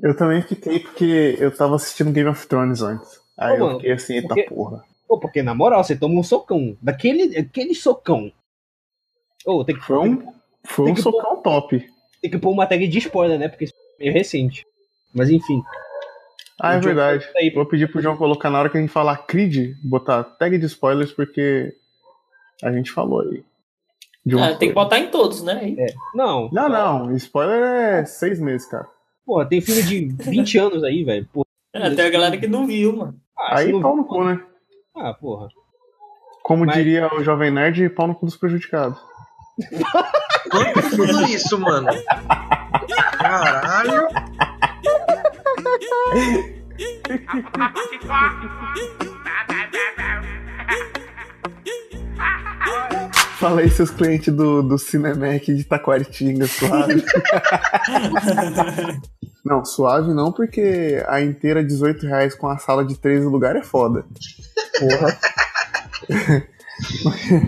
Eu também fiquei porque eu tava assistindo Game of Thrones antes. Aí Ô, eu mano, fiquei assim, eita porque- porra. Pô, porque na moral, você toma um socão. Daquele aquele socão. Ô, tem que, Foi um, foi Tem um que socão top. tem que pôr uma tag de spoiler, né? Porque isso é meio recente. Mas enfim. Ah, é O John verdade. tá aí. Vou pedir pro João colocar na hora que a gente falar Creed, botar tag de spoilers, porque a gente falou aí. de uma Ah, tem que coisa. botar em todos, né? Aí- Não. Não, não. Spoiler é seis meses, cara. Porra, tem filme de 20 anos aí, velho. Porra. Ah, tem a galera que não viu, mano. Ah, aí você não- pau no cu, né? Ah, porra. Como Mas- diria o Jovem Nerd, pau no cu dos prejudicados. Quanto que tudo isso, mano? Caralho. Fala aí seus clientes do, do Cinemec de Taquaritinga, suave. não, suave não, porque a inteira 18 reais com a sala de 13 lugar é foda. Porra.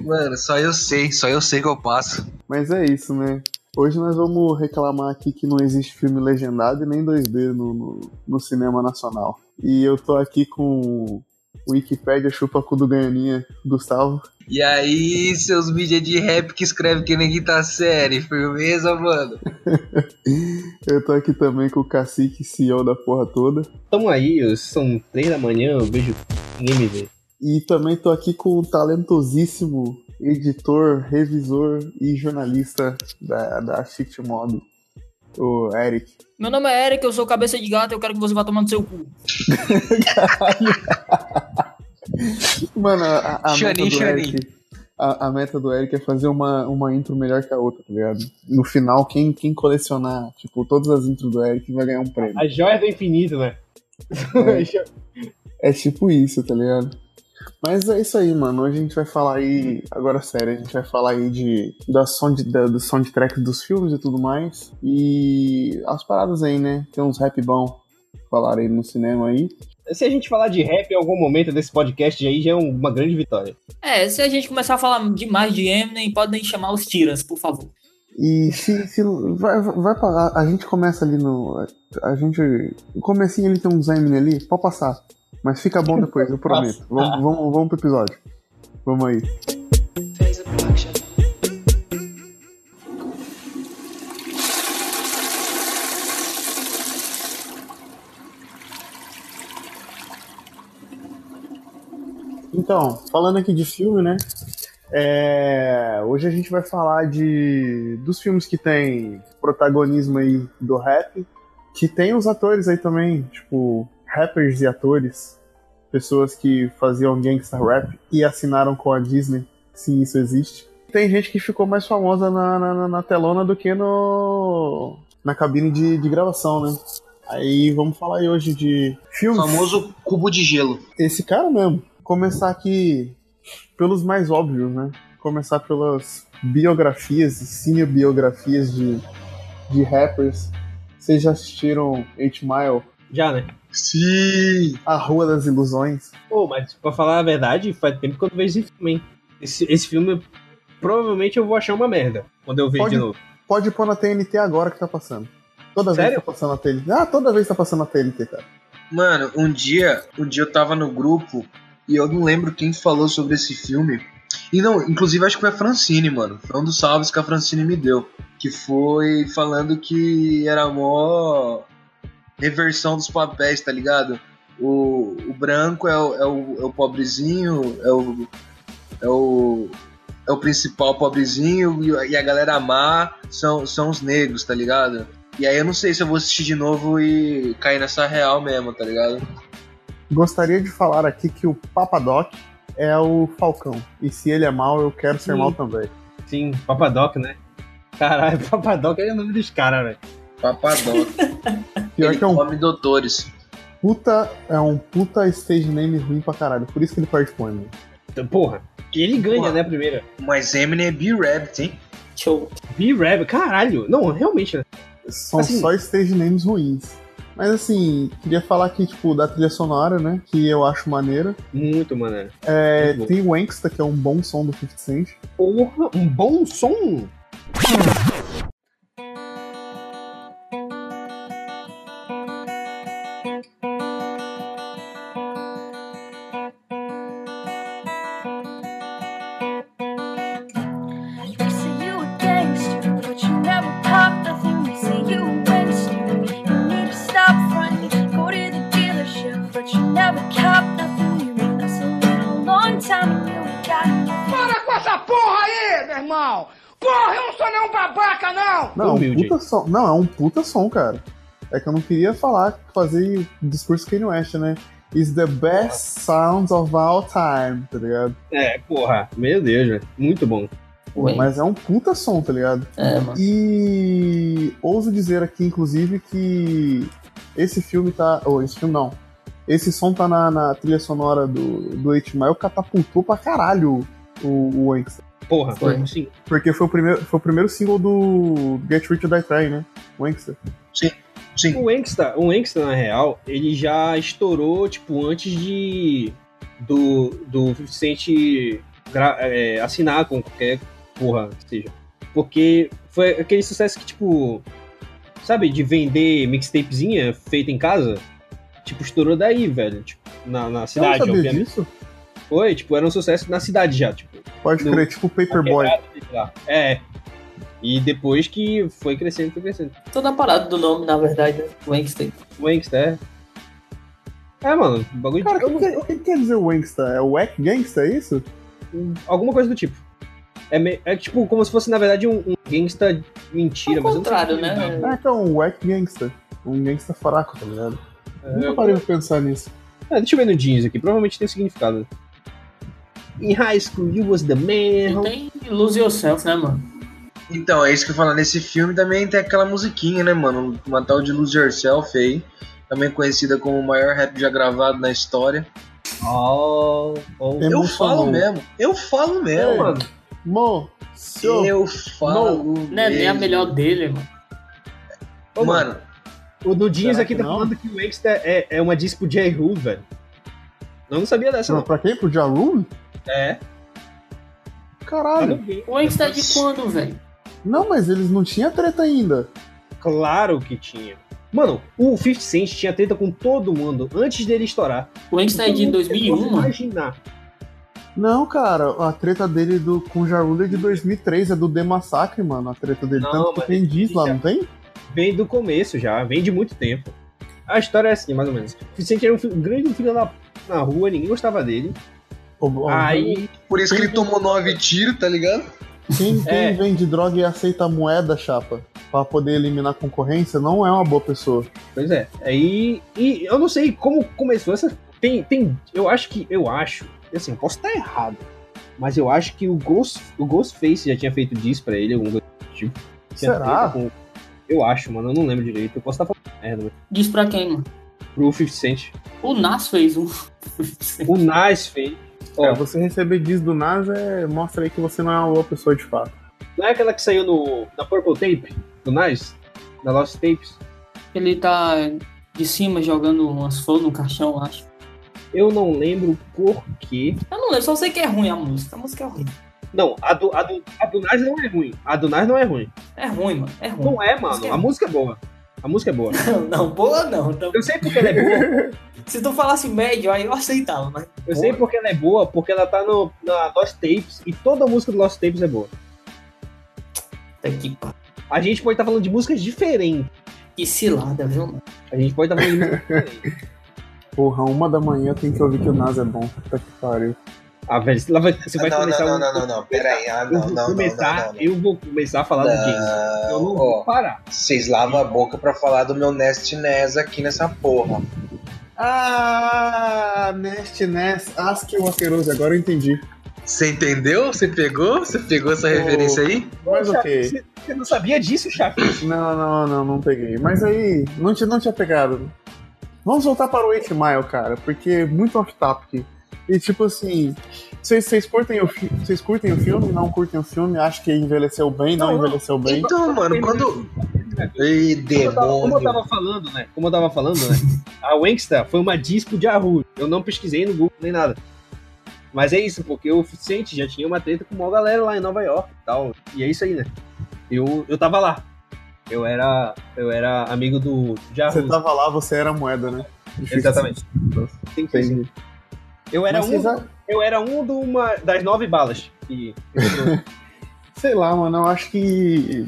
Mano, só eu sei, só eu sei que eu passo. Mas é isso, né? Hoje nós vamos reclamar aqui que não existe filme legendado e nem 2D no, no, no cinema nacional. E eu tô aqui com o Wikipédia chupa-cu do Ganhaninha, Gustavo. E aí, seus mídia de rap que escreve que nem quinta série, firmeza, mano? Eu tô aqui também com o Cacique, CEO da porra toda. Tamo aí, são 3 da manhã, eu vejo ninguém me vê. E também tô aqui com o talentosíssimo editor, revisor e jornalista da, da Shift Mob, o Eric. Meu nome é Eric, eu sou cabeça de gato eu quero que você vá tomar no seu cu. Mano, a, a meta Xanin, do Xanin. Eric. A, a meta do Eric é fazer uma, uma intro melhor que a outra, tá ligado? No final, quem, quem colecionar, tipo, todas as intros do Eric vai ganhar um prêmio. A joia do infinito, né? É tipo isso, tá ligado? Mas é isso aí, mano. Hoje a gente vai falar aí. Agora sério, a gente vai falar aí de da sound, da, do soundtrack dos filmes e tudo mais. E as paradas aí, né? Tem uns rap bom falaram aí no cinema aí. Se a gente falar de rap em algum momento desse podcast aí, já é uma grande vitória. É, se a gente começar a falar demais de Eminem, podem chamar os tiras, por favor. E se, se vai, vai pra, a gente começa ali no a gente o comecinho ele tem uns Eminem ali, pode passar. Mas fica bom depois, eu prometo. Vamos, vamos, vamos pro episódio. Vamos aí. Então, falando aqui de filme, né? É, hoje a gente vai falar de dos filmes que tem protagonismo aí do rap, que tem os atores aí também, tipo, rappers e atores, pessoas que faziam gangsta rap e assinaram com a Disney, se isso existe. Tem gente que ficou mais famosa na, na, na- na telona do que no na cabine de, de gravação, né? Aí vamos falar aí hoje de O filmes famoso cubo de gelo. esse cara mesmo. Começar aqui pelos mais óbvios, né? Começar pelas biografias e cinebiografias de, de rappers. Vocês já assistiram 8 Mile, Já, né? Sim! A Rua das Ilusões? Pô, mas pra falar a verdade, faz tempo que eu não vejo esse filme, hein? Esse, esse filme, provavelmente eu vou achar uma merda quando eu ver Pode- de novo. Pode pôr na TNT agora que tá passando. Toda Sério? vez tá passando na TNT. Ah, toda vez tá passando na TNT, cara. Mano, um dia, um dia eu tava no grupo e eu não lembro quem falou sobre esse filme. E não, inclusive acho que foi a Francine, mano. Foi um dos salves que a Francine me deu. Que foi falando que era mó reversão dos papéis, tá ligado? O, o branco é o, é, o, é o pobrezinho, é o. É o. É o principal pobrezinho e a- e a galera má são, são os negros, tá ligado? E aí eu não sei se eu vou assistir de novo e cair nessa real mesmo, tá ligado? Gostaria de falar aqui que o Papadoc é o Falcão. E se ele é mal, eu quero ser Sim. mal também. Sim, Papadoc, né? Caralho, Papadoc é o nome dos caras, velho. Papadão. Pior Ele que é um come doutores. puta, é um puta stage name ruim pra caralho. Por isso que ele parte com ele. Então, porra, ele ganha, Porra. né, primeiro. Mas Eminem é B-Rabbit, hein? Show. B-Rap, caralho. Não, realmente, né? São Assim- só stage names ruins. Mas assim, queria falar aqui, tipo, da trilha sonora, né? Que eu acho maneira. Muito, mano. É, Muito bom. tem o Angsta, que é um bom som do 50 Cent. Porra, um bom som. We see you a gangster, but you never pop nothing. We see you a Winston. You need to stop fronting. Go to the dealership, but you never cop nothing. You been hustling a long time and you ain't got nothing. Para com essa porra aí, meu irmão! Porra, eu não sou nenhum babaca, não! Não, é um Humilde. puta som. Não, é um puta som, cara. É que eu não queria falar, fazer discurso Kanye West, né? Is the best sound of all time, tá ligado? É, porra. Meu Deus, velho. Muito bom. Ué. Mas é um puta som, tá ligado? É, mano. E ouso dizer aqui, inclusive, que esse filme tá. Ou esse filme não. Esse som tá na, na trilha sonora do, do 8 Mile, catapultou pra caralho o, o Wanks. Porra, Foi. como assim? Porque foi o, primeiro, foi o primeiro single do Get Rich or Die Trying, né? Wankster. Sim. O Angsta, o Angsta, um na real, ele já estourou, tipo, antes de. do, do 50 Cent gra- é, assinar com qualquer porra que seja. Porque foi aquele sucesso que, tipo. Sabe, de vender mixtapezinha feita em casa? Tipo, estourou daí, velho. Tipo, na, na Eu não cidade, sabia obviamente. disso. Foi, tipo, era um sucesso na cidade já, tipo. Pode Não. crer, tipo Paperboy. Quebrado, sei lá. É. E depois que foi crescendo, foi crescendo. Toda a parada do nome, na verdade, né? Wednesday. O Angsta é. É, mano, bagulho Cara, de. o que, é o que quer dizer Wankster? É o Wack Gangsta, é isso? Alguma coisa do tipo. É, me- é tipo como se fosse, na verdade, um, um gangsta mentira. Ao mas eu não contrário, sei como né? É, que é um Wack Gangsta. Um gangsta fraco, tá ligado? É, Nunca eu- parei pra pensar nisso. Ah, deixa eu ver no jeans aqui, provavelmente tem significado. In high school, you was the E man. tem Lose Yourself, né, mano? Então, é isso que eu falo. Nesse filme também tem aquela musiquinha, né, mano? Uma tal de Lose Yourself aí. Também conhecida como o maior rap já gravado na história. Oh, oh. É eu muito falo bom. mesmo. Eu falo mesmo. É, mano. Mo, seu... Eu falo. Não né, é nem a mesmo. melhor dele, mano. Ô, mano, Mano, o no jeans será aqui que tá não? falando que o gangsta é, é uma diz pro J. Who, velho. Eu não sabia dessa, Não, não. pra quem? Pro Ja Rule? É. Tá no Caralho. game. Wednesday é de quando, velho? Não, mas eles não tinham treta ainda. Claro que tinha. Mano, o 50 Cent tinha treta com todo mundo antes dele estourar. Então, Wednesday é de Você 2001, pode mano. Imaginar. Não, cara, a treta dele do, com o Ja Rule é de 2003, é do The Massacre, mano, a treta dele. Não, Tanto que mas tem diz lá, já- não tem? Vem do começo já, vem de muito tempo. A história é assim, mais ou menos. O 50 Cent era um fi- grande filho da p- na rua, ninguém gostava dele. Ô, ô, Aí, por isso que ele tomou nove tiros, tá ligado? Quem, quem É. vende droga e aceita a moeda, chapa, pra poder eliminar a concorrência, não é uma boa pessoa. pois é. Aí, e eu não sei como começou essa. Tem, tem. Eu acho que, eu acho. Assim, eu posso estar errado. Mas eu acho que o Ghost, o Ghostface já tinha feito disso pra ele, algum tipo. Tinha Será? treta com- eu acho, mano, eu não lembro direito. Eu posso estar falando merda, mas Diz pra quem, mano? pro 50 Cent. O Nas fez um. O Nice, fez. Ó, É, você receber diz do NASA é- mostra aí que você não é uma boa pessoa de fato. Não é aquela que saiu no, na Purple Tape? Do Nice? Na Lost Tapes? Ele tá de cima jogando umas flores no caixão, eu acho. Eu não lembro por quê. Eu não lembro, só sei que é ruim a música. A música é ruim. Não, a do, a do, a do Nice não é ruim. A do Nice não é ruim. É ruim, mano. É ruim. Não é, Música é mano. A ruim. música é boa. A música é boa. Não, boa não. Então, Eu sei porque ela é boa. se tu falasse médio, aí eu aceitava, mas. Eu sei porque ela é boa, porque ela tá no, na Lost Tapes e toda música do Lost Tapes é boa. Puta que pa- A gente pode estar falando de músicas diferentes. Que cilada, viu, mano? A gente pode estar falando de músicas diferentes. Porra, uma da manhã tem que ouvir que o NASA é bom. Puta que pariu. Ah, velho, você vai, você vai não, começar não, um- não, não, não, pera aí. Ah, Eu não, vou não, não, não, começar, não, não. eu vou começar a falar do James. Eu não Ó, vou parar. Vocês lavam a boca pra falar do meu Nest Nes aqui nessa porra. Ah, Nest Nest, Ask Wakeroso, agora eu entendi. Você entendeu? Você pegou? Você pegou essa referência aí? Mas Chaves, ok. Você, você não sabia disso, Chaves? Não, não, não, não peguei. Mas aí, não, tinha- não tinha pegado. Vamos voltar para o 8 Mile, cara, porque é muito off-topic. E tipo assim, vocês vocês curtem, o fi- vocês curtem o filme, não curtem o filme, acho que envelheceu bem, não, Não, não. envelheceu bem. Então, mano, quando. Ei, Como eu, tava, como eu demônio. tava falando, né? Como eu tava falando, né? A Wanksta foi uma disco de Yahoo. Eu não pesquisei no Google nem nada. Mas é isso, porque o Vicente já tinha uma treta com uma galera lá em Nova York e tal. E é isso aí, né? Eu, eu tava lá. Eu era, eu era amigo do Yahoo. Você tava lá, você era a moeda, né? Difícil. Exatamente. Tem que ser assim. Entendi. Eu era Mas um, vocês a- eu era um de uma, das nove balas. E Sei lá, mano, eu acho que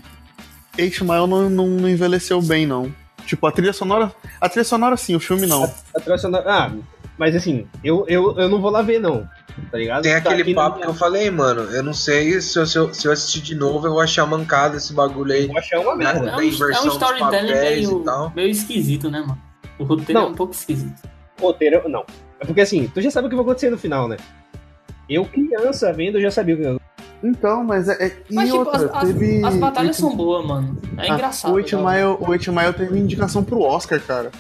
Eight Mile não, não, não envelheceu bem, não. Tipo, a trilha sonora. A trilha sonora sim, o filme não. a trilha sonora- Ah, mas assim, eu, eu, eu não vou lá ver, não. Tá ligado? Tem Tá aquele aqui na papo minha- que eu falei, mano. Eu não sei se eu, se eu, se eu assistir de novo, eu vou achar mancada esse bagulho aí. Eu achei uma merda. É Da um, é inversão um dos storytelling papéis meio, e tal. meio esquisito, né, mano? O roteiro Não. é um pouco esquisito. roteiro, não. É porque assim, tu já sabe o que vai acontecer no final, né? Eu, criança, vendo, eu já sabia o que ia acontecer. Então, mas é. é- E Mas, tipo, outra, as, as- teve. as batalhas Eight- são boas, mano. É Ah, engraçado. O Eight, tá? Mile, o Eight Mile teve indicação pro Oscar, cara.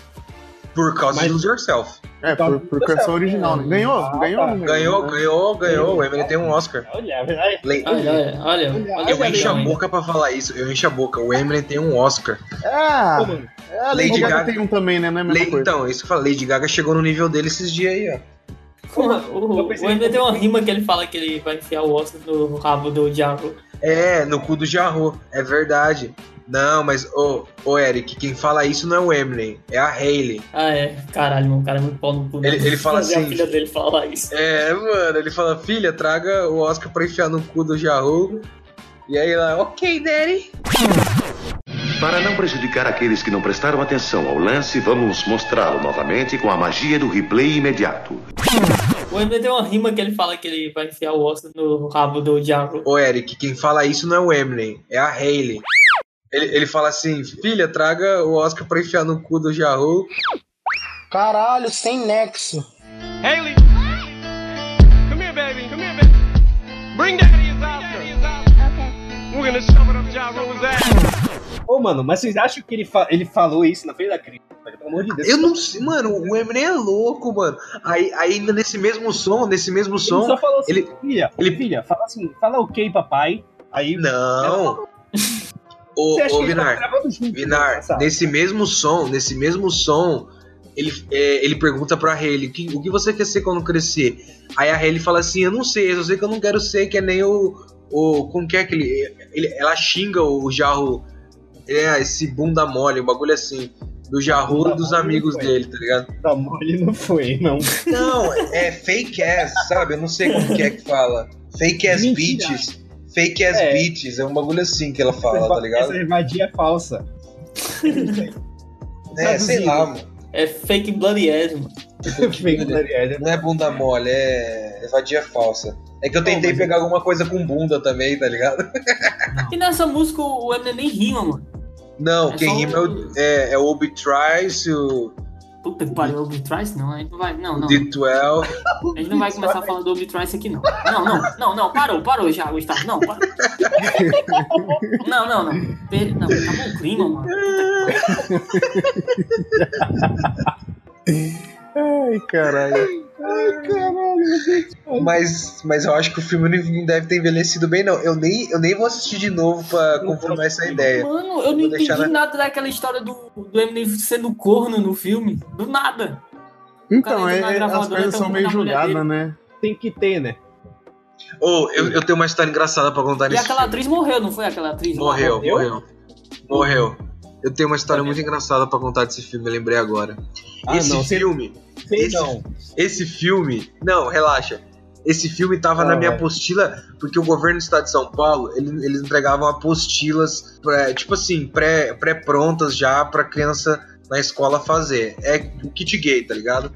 Por causa Mas- de Lose Yourself. É, por, por canção original, né? É, Ganhou, Ah, ganhou, tá. não Tá. Ganhou, ganhou, ganhou. O Emily tem um Oscar. Olha, é olha, Le- é- Olha, olha, olha. olha é Eu o encho a leão, hein? boca pra falar isso. Eu encho a boca. O Emily tem um Oscar. Ah, pô, mano. é, a Lady, Lady Gaga, Gaga. tem um também, né? Não é a mesma Le- coisa. Então, isso que eu falei. Lady Gaga chegou no nível dele esses dias aí, ó. Porra, Eu o, o pensei- Eminem tem uma rima que ele fala que ele vai enfiar o osso no rabo do diabo. É, no cu do Jarro. É verdade. Não, mas, ô, ô Eric, quem fala isso não é o Emily, é a Hayley. Ah, é. Caralho, mano, o cara é muito pau no cu. né? Ele- ele fala Fazer assim- A filha dele falar isso. É, mano, ele fala, filha, traga o Oscar pra enfiar no cu do Jarro. E aí ela, ok, Daddy. Para não prejudicar aqueles que não prestaram atenção ao lance, vamos mostrá-lo novamente com a magia do replay imediato. O Eminem tem uma rima que ele fala que ele vai enfiar o osso no rabo do diabo. Ô Eric, quem fala isso não é o Emily, é a Hayley. Ele, ele fala assim, filha, traga o Oscar pra enfiar no cu do Jarro. Caralho, sem nexo. Haley! Come here, baby. Come here, baby. Bring daddy his Oscar. Okay. We're gonna shove it up Ja Rule's ass. Ô, mano, mas vocês acham que ele, fa- ele falou isso na frente da crise? Pelo amor de Deus. Eu não sei, mano, o Emily é louco, mano. Aí, ainda nesse mesmo som, nesse mesmo Ele só som... falou assim, ele- filha, ele- filha, fala assim, fala ok, papai. Aí Não! Ô, Você acha ô que ele tá Vinar, gravando junto, né, Vinar, essa- nesse mesmo som, nesse mesmo som, ele, é, ele pergunta pra Hayley, o que, o que você quer ser quando crescer? Aí a Hayley fala assim, eu não sei, eu só sei que eu não quero ser, que é nem o... o como que é que ele, ele- Ela xinga o Jarro, é, esse bunda mole, o bagulho assim, do Jarro e Bunda dos mole, amigos foi. dele, tá ligado? Tá mole, não foi, não. Não, é fake ass, sabe? Eu não sei como que é que fala. Fake ass Mentira. bitches. Fake ass É. bitches. É um bagulho assim que ela fala, tá ligado? Essa vadia é falsa. É, sei lá, mano. É fake bloody ass, mano. Um Fake bloody ass, Não é bunda mole, é é vadia falsa. É que eu tentei mas- pegar alguma coisa com bunda também, tá ligado? E nessa música o Eminem nem rima, mano. Não, É quem só rima é o, é, é o Obi Trice, o Puta que pariu, o Obitrice não, ele não vai. Não, não. D12. A gente não vai começar falando do Obitrice aqui, não. Não, não, não, não. Parou, parou já, Gustavo. Não, parou. Não, não, não. Per- Não, acabou o clima, mano. Ai, caralho. Mas, mas eu acho que o filme não não deve ter envelhecido bem, não. Eu nem, eu nem vou assistir de novo pra Não vou confirmar essa assistir. ideia. Mano, eu não Vou entendi deixar na- nada daquela história do, do Eminem sendo corno no filme. Do nada. Então, ainda é, na é- as gravadora coisas tá são meio ouvindo a mulher julgadas, dele. né? Tem que ter, né? Ô, eu, eu tenho uma história engraçada pra contar E nesse aquela atriz morreu, não foi aquela atriz? lá? Morreu, morreu. Morreu. Eu tenho uma história Tá muito engraçada pra contar desse filme, eu lembrei agora. Ah, esse não, sei- filme, sei esse- não. esse filme, não, relaxa. Esse filme tava Ah, na minha vai. apostila, porque o governo do estado de São Paulo, ele- eles entregavam apostilas, pré- tipo assim, pré- pré-prontas já pra criança na escola fazer. É o kit gay, tá ligado?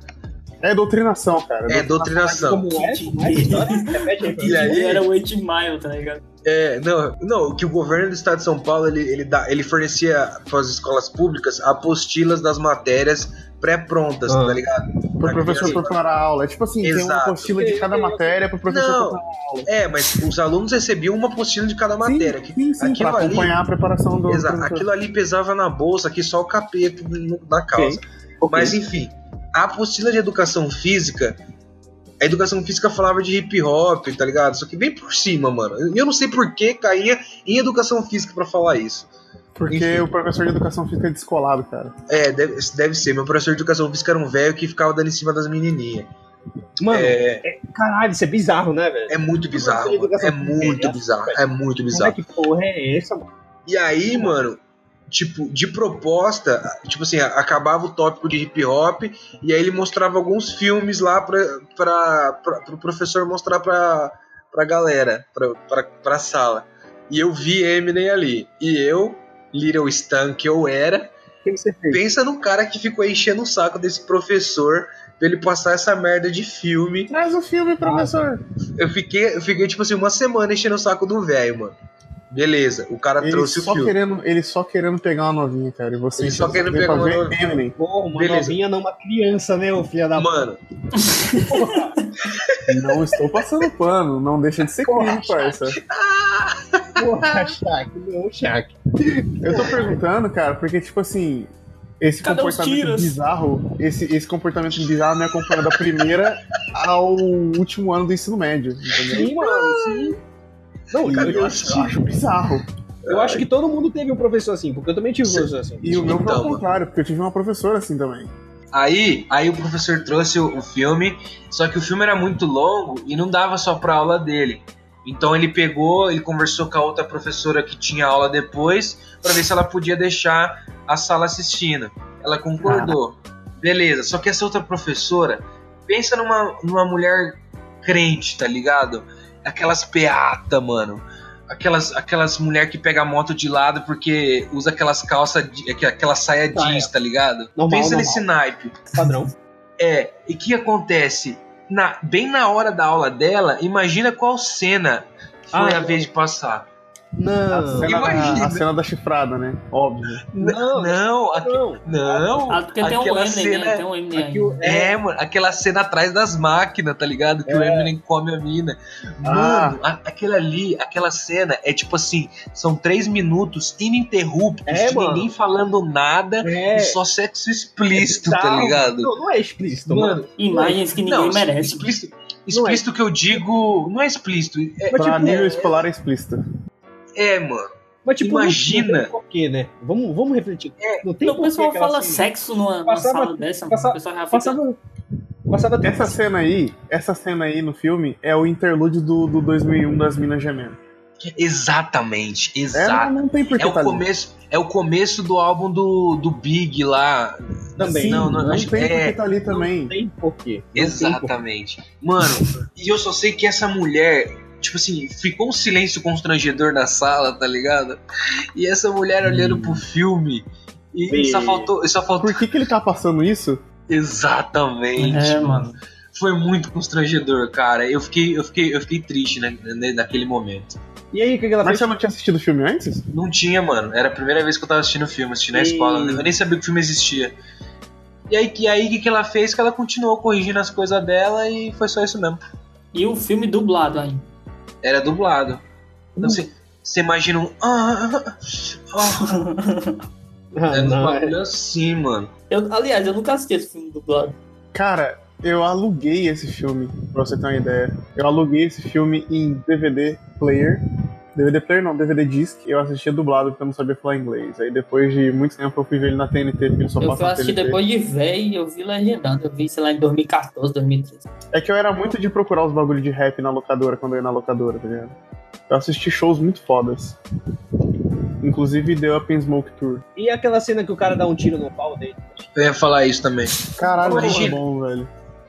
É doutrinação, cara. É doutrinação. Como é? Como é a história? Repete aí pra mim. E aí? Era o 8 Mile, tá ligado? É, não, não, que o governo do estado de São Paulo ele, ele, dá, ele fornecia para as escolas públicas apostilas das matérias pré-prontas, Ah. tá ligado? Pro Pra professor criança. preparar a aula. É tipo assim, tem uma Exato. apostila de cada matéria pro professor Não, preparar a aula. É, mas os alunos recebiam uma apostila de cada matéria. Sim, que- sim, sim, aquilo pra ali- acompanhar a preparação do Exato, professor. aquilo ali pesava na bolsa, aqui só o capeta no- na calça. Mas enfim, a apostila de educação física, a educação física falava de hip hop, tá ligado? Só que bem por cima, mano. E eu não sei por que caía em educação física pra falar isso. Porque Enfim. o professor de educação física é descolado, cara. É, deve, deve ser. Meu professor de educação física era um velho que ficava dando em cima das menininhas. Mano, É, caralho, isso é bizarro, né, velho? é muito bizarro. professor de mano. É educação física, muito é bizarro. velho. É muito Como é bizarro. que porra é essa, mano? E aí, mano, tipo, de proposta, tipo assim, a- acabava o tópico de hip hop e aí ele mostrava alguns filmes lá pra, pra, pra, pro professor mostrar pra, pra galera, pra, pra, pra sala. E eu vi Eminem ali. E eu, Little Stan que eu era, O que que você fez? pensa no cara que ficou enchendo o saco desse professor pra ele passar essa merda de filme. Traz o Ah, filme, tá. professor. Eu fiquei, eu fiquei tipo assim, uma semana enchendo o saco do velho, mano. Beleza, o cara Ele trouxe o só, filme. querendo, ele só querendo pegar uma novinha, cara. E você Ele só você querendo vem pegar pra uma ver novinha. Eminem. Porra, uma Beleza. novinha não, uma criança, né, ô filha da Mano, Não estou passando pano, não deixa de ser crime, parça. porra, Shaq, não, né? Shaq. Eu tô perguntando, cara, porque, tipo assim, esse Cadê os comportamento tiros? bizarro, esse, esse comportamento bizarro me acompanha da primeira ao último ano do ensino médio, entendeu? Sim, mano, sim. Não, Cara, cara, eu eu, acho, eu acho bizarro. eu acho que todo mundo teve um professor assim, porque eu também tive um Sim. professor assim. E o meu foi ao Então, contrário, porque eu tive uma professora assim também. aí, aí o professor trouxe o, o filme, só que o filme era muito longo e não dava só pra aula dele. Então ele pegou, ele conversou com a outra professora que tinha aula depois, pra ver se ela podia deixar a sala assistindo. Ela concordou. Beleza, só que essa outra professora, pensa numa, numa mulher crente, tá ligado? Aquelas peata, mano. Aquelas, aquelas mulher que pega a moto de lado porque usa aquelas calças, de- aqu- aquela saia Saia. jeans, tá ligado? Normal, pensa normal. nesse naipe. Padrão. É, e o que acontece? Na, bem na hora da aula dela, imagina qual cena foi Ah, a vez de passar. A Não, cena, da, imagina. a cena da chifrada, né? Óbvio. Não, não, a- não. não. Ah, porque tem um aquela Eminem, cena né? Tem um Eminem aí. Aqui o- é, É, mano, aquela cena atrás das máquinas, tá ligado? Que o Eminem come a mina. Ah. Mano, a- aquela ali, aquela cena é tipo assim, são três minutos ininterruptos, É, de mano. ninguém falando nada é, e só sexo explícito, tá bizarro. ligado? Não, não é explícito, mano. Mano, Imagens que ninguém não, é merece. explícito, é. explícito que eu digo, não é explícito, é, Mas, Pra tipo, nível é- escolar é explícito. é, mano. Mas, tipo, Imagina. É, Não tem porquê, né? Vamos, vamos refletir. não tem Não, Então, o porquê pessoal aquela fala cena. sexo numa, numa Passava- sala dessa, mano. passa- O pessoal já fica... assim. Passava. um, Passava tempo. Essa cena aí, essa cena aí no filme é o interlúdio do, do 2001 das Minas Gemelas. Exatamente, É, exato. não, não tem por É que o tá ali. começo, é o começo do álbum do, do Big lá. Também. Sim, Não, não, não acho- tem por é, que tá ali também. Não tem porquê. Não tem porquê. Exatamente. Mano, e eu só sei que essa mulher, tipo assim, ficou um silêncio constrangedor na sala, tá ligado? E essa mulher olhando Hum. pro filme. E Bem. só faltou, só faltou. Por que, que ele tá passando isso? Exatamente. É, mano. Foi muito constrangedor, cara. Eu fiquei, eu fiquei, eu fiquei triste né, né, naquele momento. E aí, o que que ela Mas fez? você não tinha assistido o filme antes? Não tinha, mano. Era a primeira vez que eu tava assistindo filme, assisti na Bem. escola. Eu nem sabia que o filme existia. E aí, que aí, o que que ela fez? Que ela continuou corrigindo as coisas dela e foi só isso mesmo. E o filme dublado aí. Era dublado. Então você, você imagina um. Ah, ah, ah, Ah, é um não, é- bagulho assim, mano. Eu, aliás, eu nunca assisti esse filme dublado. Cara, eu aluguei esse filme, pra você ter uma ideia. Eu aluguei esse filme em DVD player. DVD player não, DVD disc. Eu assistia dublado porque eu não sabia falar inglês. Aí depois de muito tempo eu fui ver ele na TNT, porque ele só Eu fui passa na assistir TNT. depois de velho e eu vi legendado. Eu vi, sei lá, em 2014, 2013. É que eu era muito de procurar os bagulhos de rap na locadora, quando eu ia na locadora, tá ligado? Eu assisti shows muito fodas. Inclusive deu a Pinsmoke Tour. E aquela cena que o cara dá um tiro no pau dele? Eu ia falar isso também. Caralho, Imagina. é bom, velho.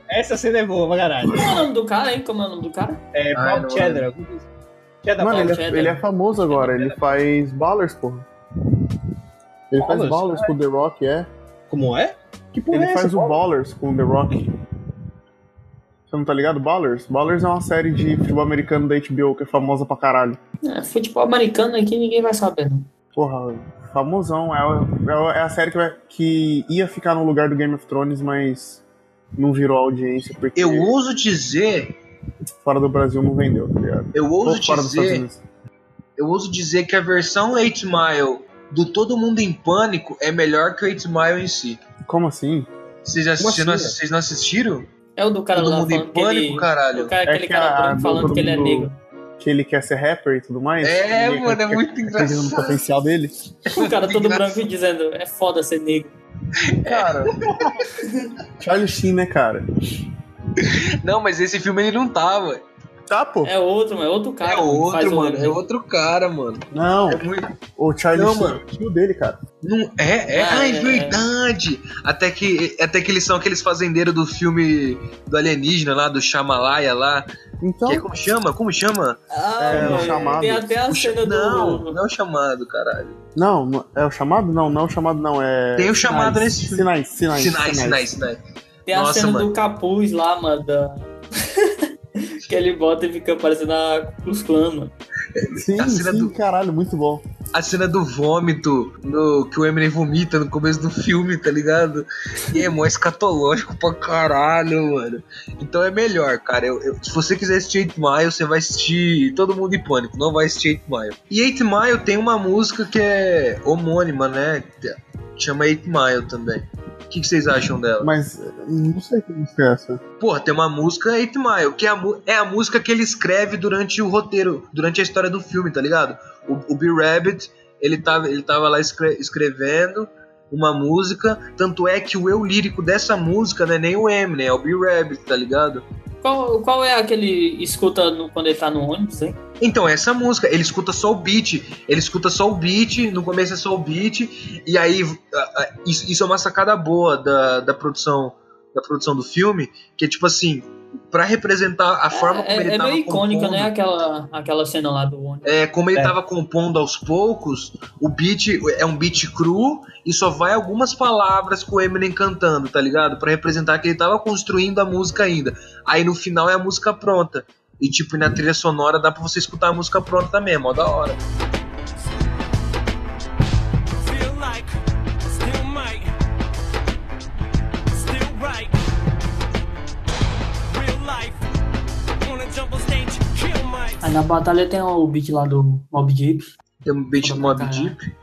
Essa cena é boa pra caralho. Como é o nome do cara, hein? Como é o nome do cara? É Ah, Bob não. Cheddar. alguma coisa. Cheddar Mano, Bob. ele é, Cheddar. ele é famoso agora, ele faz ballers, porra. Ele faz Ballers? ballers com o The Rock, é. Como é? Que porra Ele é faz essa? o Bob? Ballers com o The Rock. Você não tá ligado? Ballers? Ballers é uma série de futebol americano da HBO que é famosa pra caralho. É, futebol americano aqui ninguém vai saber, não. Porra, famosão. É, o- é o- é a série que, vai- que ia ficar no lugar do Game of Thrones, mas não virou audiência porque Eu ouso dizer, fora do Brasil não vendeu, tá ligado? eu Ou ouso fora dos Estados dizer, Unidos. eu ouso dizer que a versão 8 Mile do Todo Mundo em Pânico é melhor que o 8 Mile em si. Como assim? Vocês, assi- Como vocês não, assim, assi- vocês não assistiram? É o do cara Todo lá mundo falando em que pânico, ele... caralho. O cara, aquele É que cara a- branco falando todo que ele é mundo- negro. Que ele quer ser rapper e tudo mais? É, Ele mano, é quer- muito quer- quer ver no engraçado. potencial dele? O cara todo Engraçado. branco e dizendo, é foda ser negro. Cara. Charlie Sheen, né, cara? Não, mas esse filme ele não tava. Tá, pô. É outro, mano. É outro cara. É que faz outro, o mano. Homem. É outro cara, mano. Não, É muito. o Charlie Não, Sheen mano. é tio dele, cara. Não, é, é, Ah, ah, é é. verdade. Até que, até que eles são aqueles fazendeiros do filme do alienígena lá, do Shamalaya lá. Então, Que, é como chama? Como chama? Ah, É, mano, o chamado. Tem até a O cha- cena do. Não, não é o chamado, caralho. não, não- é o chamado? Não, não é o chamado, não. É... Tem o chamado sinais, nesse filme. Sinais, sinais. Sinais, sinais, sinais. Tem a Nossa, cena mano. do capuz lá, mano. da- que ele bota e fica parecendo a Cruz Clã, mano. Sim, A cena sim, do- caralho, muito bom. A cena do vômito, no, que o Eminem vomita no começo do filme, tá ligado? E é mó escatológico pra caralho, mano. Então é melhor, cara. Eu- eu- se você quiser assistir 8 Mile, você vai assistir Todo Mundo em Pânico, não vai assistir 8 Mile. E 8 Mile tem uma música que é homônima, né? Chama 8 Mile também. O que, que vocês acham dela? Mas eh, não sei que música é essa. Porra, tem uma música 8 Mile, que é a, mu- é a música que ele escreve durante o roteiro, durante a história do filme, tá ligado? O, o B. Rabbit, ele tava, ele tava lá escre- escrevendo uma música, tanto é que o eu lírico dessa música não é nem o Eminem, é o B. Rabbit, tá ligado? Qual, qual é aquele escuta no- quando ele tá no ônibus, hein? Então, essa música, ele escuta só o beat, ele escuta só o beat, no começo é só o beat, e aí a- a- isso, isso é uma sacada boa da, da produção da produção do filme, que é tipo assim, pra representar a forma como ele É, é tava meio icônica, compondo, né? Aquela, aquela cena lá do ônibus. É, como ele É. tava compondo aos poucos, o beat é um beat cru e só vai algumas palavras com o Eminem cantando, tá ligado? Pra representar que ele tava construindo a música ainda. Aí no final é a música pronta. E tipo, na trilha sonora dá pra você escutar a música pronta também, é mó da hora. Feel like, still might, still right. Real life, wanna jump on stage, kill mics. Aí na batalha tem o beat lá do Mob Deep. Tem um beat do Mob Deep.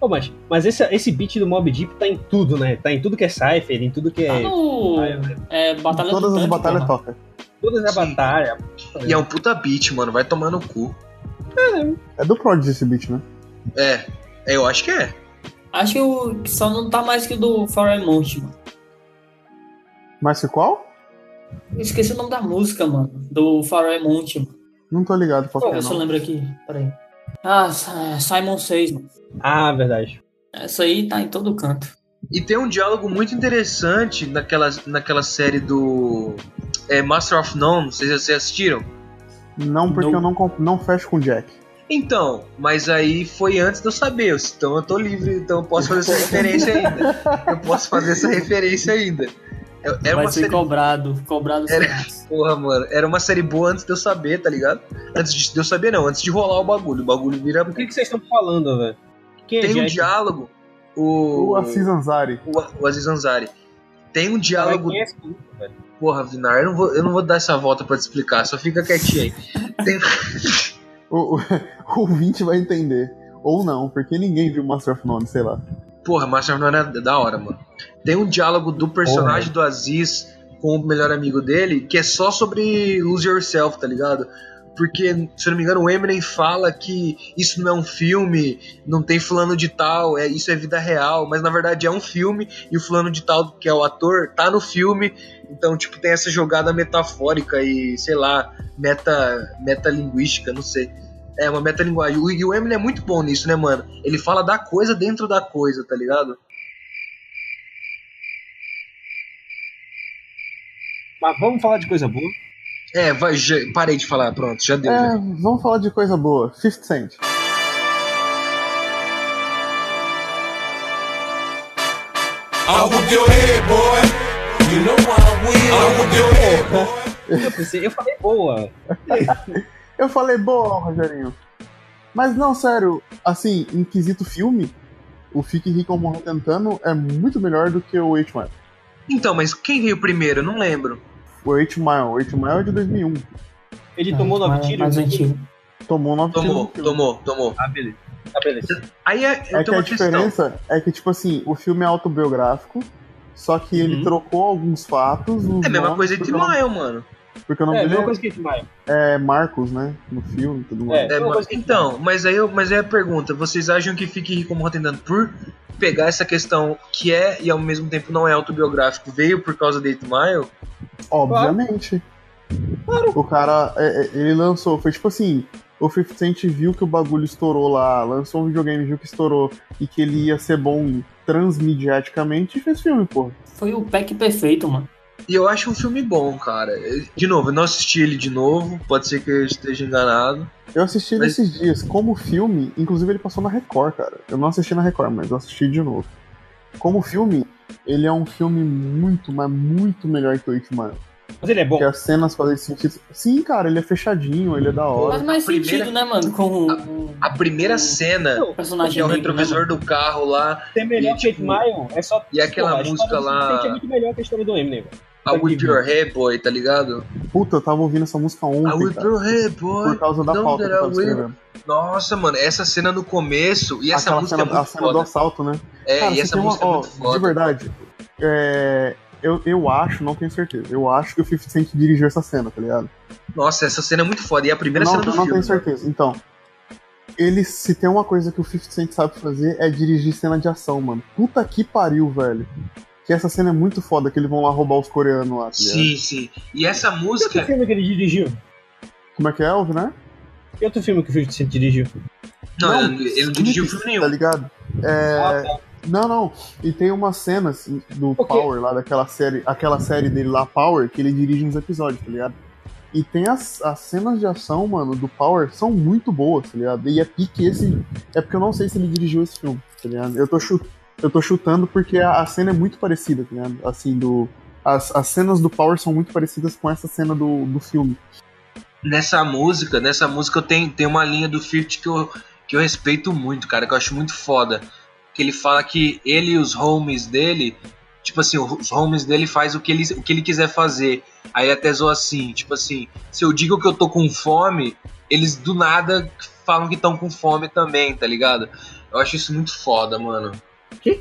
Pô, mas mas esse, esse beat do Mob Deep tá em tudo, né? Tá em tudo que é Cypher, em tudo que Tá é. no. É, batalha Todas do as Tanque, batalhas porra. toca. Todas as Sim. batalhas. E é um puta beat, mano, vai tomar no cu. É do Prodigy esse beat, né? É, é, eu acho que é. Acho que o- que só não tá mais que o do Foreign Monte, mano. Mas que qual? Eu esqueci o nome da música, mano. Do Foreign Monte, mano. Não tô ligado qual Deixa eu que é, ver se eu não. lembro aqui. Peraí. Ah, Sa- Simon 6, mano. Ah, verdade. Essa aí tá em todo canto. E tem um diálogo muito interessante naquela, naquela série do é, Master of None, vocês vocês assistiram? Não, porque Não. eu não, comp- não fecho com o Jack. Então, mas aí foi antes de eu saber, então eu tô livre, então eu posso fazer essa referência ainda. Eu posso fazer essa referência ainda. Eu- Era Vai uma ser série cobrado. Cobrado Era- sem porra, mano. Era uma série boa antes de eu saber, tá ligado? Antes de de eu saber, não, antes de rolar o bagulho. O bagulho vira. O que, que vocês estão falando, velho? Quem é Tem um Jack? diálogo. O. O Assis Ansari. o- o Aziz Ansari. Tem um Cara, diálogo. quem é esse maluco, velho? Porra, Vinar, eu não, vou, eu não vou dar essa volta pra te explicar, só fica quietinho aí. Tem- O, o, o ouvinte vai entender. Ou não, porque ninguém viu Master of None, sei lá. Porra, Master of None é da hora, mano. Tem um diálogo do personagem do Aziz com o melhor amigo dele que é só sobre Lose Yourself, tá ligado? Porque, se eu não me engano, o Eminem fala que isso não é um filme, não tem fulano de tal, é, isso é vida real, mas na verdade é um filme e o fulano de tal, que é o ator, tá no filme, então, tipo, tem essa jogada metafórica e, sei lá, meta, metalinguística, não sei. É, uma metalinguagem. O- E o Eminem é muito bom nisso, né, mano? Ele fala da coisa dentro da coisa, tá ligado? Mas vamos falar de coisa boa. É, vai, já- parei de falar, pronto, já deu. É, já. vamos falar de coisa boa. 50 Cent. Eu pensei, eu falei boa. Eu falei, boa, Rogerinho. Mas não, sério, assim, em quesito filme, o Fique Rico ou Morra Tentando é muito melhor do que o 8 Mile. Então, mas quem veio primeiro? Eu Não lembro. O 8 Mile, o 8 Mile é de 2001. Ele Ah, tomou nove tiros. Mais antigo. Tomou 9 Tomou, tomou, tomou. Ah, beleza. Ah, beleza. Aí é, eu É que a tenho uma questão. diferença é que, tipo assim, o filme é autobiográfico, só que ele Uhum. trocou alguns fatos. os É a mesma nomes, coisa porque de o nome- Maio, mano. Porque o nome É, dele mesma é, coisa que Maio. é Marcos, né? No filme e tudo mais. É. É, uma mas- coisa que- então, mas aí, eu, mas aí a pergunta, vocês acham que Fique Rico Morra Tentando por pegar essa questão que é e ao mesmo tempo não é autobiográfico, veio por causa de 8 Mile? Obviamente. O cara, é, é, ele lançou, foi tipo assim, o 50 Cent viu que o bagulho estourou lá, lançou um videogame, viu que estourou e que ele ia ser bom transmediaticamente e fez filme, pô. Foi o pack perfeito, mano. E eu acho um filme bom, cara. De novo, eu não assisti ele de novo, pode ser que eu esteja enganado. Eu assisti Mas- nesses dias, como filme, inclusive ele passou na Record, cara. Eu não assisti na Record, mas eu assisti de novo. Como filme, ele é um filme muito, mas muito melhor que o Ip Man. Mas ele é bom. Porque as cenas fazem sentido. Sim, cara, ele é fechadinho, ele é da hora. Faz mais a primeira- sentido, né, mano? Com A- o A Hum. primeira cena, o personagem que é o negro, né, retrovisor do carro lá, Tem melhor E, que Eight tipo, Mile, é só. e aquela Pô, a história música do lá- 50 Cent É muito melhor que a história do Eminem. velho. a Whip Your Hair Boy, tá ligado? Puta, eu tava ouvindo essa música A ontem, Whip cara, Your Hair Boy. por causa da Não, falta que eu era tava Will. escrevendo. Nossa, mano, essa cena no começo e essa Aquela música cena, é a muito cena do foda. assalto, né? É, Cara, e você essa tem uma- música é ó, muito foda. De verdade, é, eu, eu acho, não tenho certeza, eu acho que o 50 Cent dirigiu essa cena, tá ligado? Nossa, essa cena é muito foda. E a primeira não, cena do eu não filme. tenho certeza. Então, ele, se tem uma coisa que o 50 Cent sabe fazer, é dirigir cena de ação, mano. Puta que pariu, velho. Que essa cena é muito foda, que eles vão lá roubar os coreanos lá, tá ligado? Sim, sim. E essa E outro música. filme que ele dirigiu? Como é que é, Elvio, né? E outro filme que o 50 Cent dirigiu? Não, Não, ele, ele não dirigiu Clipes, filme Tá nenhum. ligado? É, Ah, tá. Não, não. E tem umas cenas do Porque- Power lá, daquela série, aquela série dele lá, Power, que ele dirige uns episódios, tá ligado? E tem as, as cenas de ação, mano, do Power são muito boas, tá ligado? E é pique esse. É porque eu não sei se ele dirigiu esse filme, tá ligado? Eu tô, chu- eu tô chutando porque a, a cena é muito parecida, tá ligado? Assim, do. As, as cenas do Power são muito parecidas com essa cena do, do filme. Nessa música, nessa música eu tenho, tem uma linha do 50 que eu, que eu respeito muito, cara, que eu acho muito foda. Que ele fala que ele e os homies dele, tipo assim, os homies dele faz o que ele, o que ele quiser fazer. Aí até zoa assim, tipo assim, se eu digo que eu tô com fome, eles do nada falam que estão com fome também, tá ligado? Eu acho isso muito foda, mano. Quê?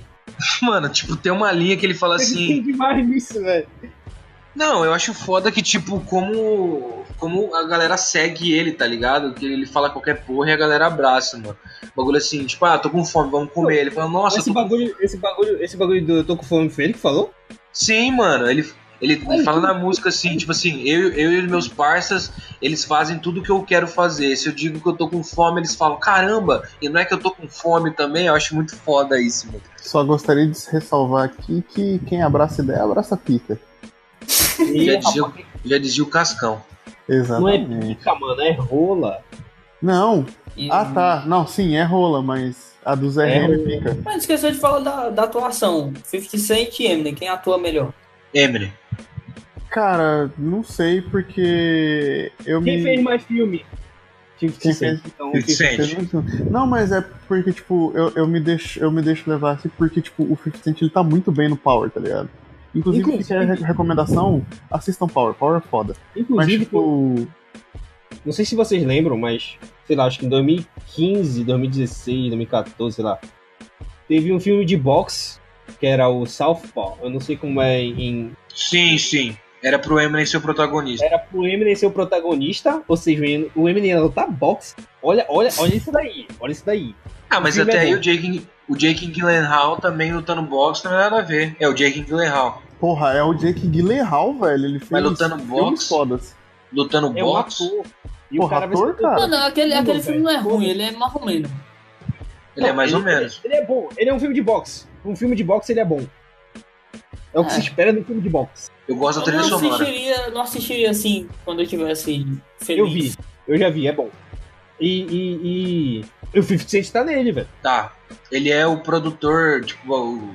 Mano, tipo, tem uma linha que ele fala assim. Tem demais nisso, velho. Não, eu acho foda que, tipo, como, como a galera segue ele, tá ligado? Que ele fala qualquer porra e a galera abraça, mano. Bagulho assim, tipo, ah, tô com fome, vamos comer. Ele fala, nossa, Esse tô... bagulho, esse bagulho, esse bagulho do Eu Tô Com Fome foi ele que falou? sim, mano. Ele, ele, ele fala na música assim, tipo assim, eu, eu e os meus parças, eles fazem tudo que eu quero fazer. Se eu digo que eu tô com fome, eles falam, caramba, e não é que eu tô com fome também? Eu acho muito foda isso, mano. Só gostaria de ressalvar aqui que quem abraça ideia, abraça pica. Já E, dizia, o- já dizia o Cascão. não é Exatamente. pica, mano, é rola. Não, E- Ah, tá. Não, sim, é rola, mas a do Zé É Henry fica. Mas esqueceu de falar da, da atuação. 50 Cent e Eminem, quem atua melhor? Emily. Cara, não sei porque eu Quem me. fez mais filme? 50 Cent. Então, Fifty Cent. Não, mas é porque, tipo, eu, eu, me deixo, eu me deixo levar assim, porque, tipo, o 50 Cent ele tá muito bem no Power, tá ligado? Inclusive, Inclusive- se quer re- recomendação, assistam Power. Power é foda. Mas, Inclusive, tipo, não sei se vocês lembram, mas sei lá, acho que em 2015, 2016, 2014, sei lá, teve um filme de boxe que era o Southpaw. Eu não sei como é em. Sim, sim. Era pro Emily ser o protagonista. Era pro Eminem ser o protagonista, ou seja, o Eminem ia lutar boxe. Olha, olha, olha isso daí, olha isso daí. Ah, mas O filme até é aí bom. o Jake, o Jake Gyllenhaal também lutando boxe não tem nada a ver. É o Jake Gyllenhaal porra, é o Jake Gyllenhaal, velho. Ele fez Mas lutando boxe? foda lutando É um boxe. ator. E Porra, vai ser ator, cara? Mano, aquele, Não, aquele velho. filme não é ruim, ele é marromeno. Ele é mais ou Ele- menos. Ele é bom, ele é um filme de boxe. Um filme de boxe ele é bom. É o Ah. que É. se espera de um filme de boxe. Eu gosto Eu da trilha não sonora. assistiria, não assistiria assim quando eu tivesse feliz. Eu vi, eu já vi, é bom. E, e, e... e o 50 Cent tá nele, velho. Tá. Ele é o produtor, tipo, o.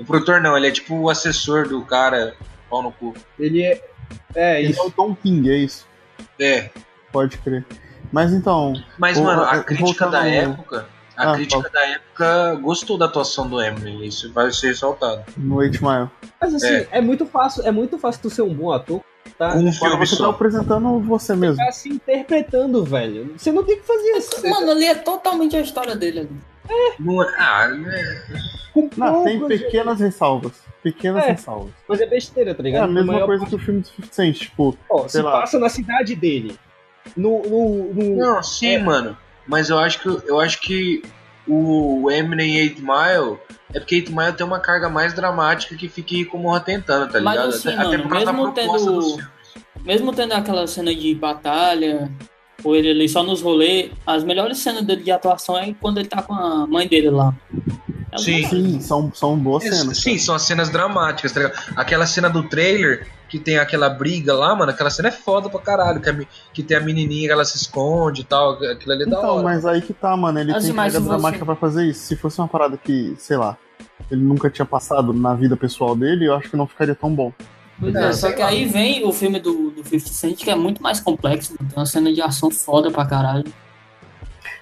O produtor não, ele é tipo o assessor do cara. Pau no cu. Ele é. É, Ele isso. é o Tom King, é isso. É. Pode crer. Mas então, Mas, Ô, mano, a ô, crítica voltando da ao- época. A Ah, crítica da época gostou da atuação do Emily. Isso vai ser ressaltado. no 8 Mile. Mas assim, é. muito fácil, é muito fácil tu ser um bom ator. Tá? Com um Agora filme você tá só. apresentando você mesmo. Tá se interpretando, velho. Você não tem que fazer isso. né? Mano, ali é totalmente a história dele ali. Não é- Ah, né? Com Não, tem poucas- pequenas é- ressalvas. Pequenas É. ressalvas. Mas é besteira, tá É ligado? a mesma Maior- coisa que o filme do 50 Cent, tipo, Ó, sei se lá. passa na cidade dele. No. no, no- Não, sim, É. mano. Mas eu acho que eu acho que o Eminem 8 Mile é porque 8 Mile tem uma carga mais dramática que fica como tentando, tá Mas ligado? assim, até, até mano, por causa da mesmo proposta do tendo, filme. mesmo tendo aquela cena de batalha, ou ele ali só nos rolê, as melhores cenas dele de atuação é quando ele tá com a mãe dele lá. É Sim. legal. Sim, são, são boas Isso, cenas. Sim, são as cenas dramáticas, tá ligado? Aquela cena do trailer que tem aquela briga lá, mano, aquela cena é foda pra caralho. Que, a me- que tem a menininha que ela se esconde e tal, aquilo ali é da Então, hora. mas aí que tá, mano. Ele As tem imagens carga vão dramática ser- pra fazer isso. Se fosse uma parada que, sei lá, ele nunca tinha passado na vida pessoal dele, eu acho que não ficaria tão bom. Pois É, é, só sei que lá. aí vem o filme do, do 50 Cent, que é muito mais complexo, tem uma cena de ação foda pra caralho.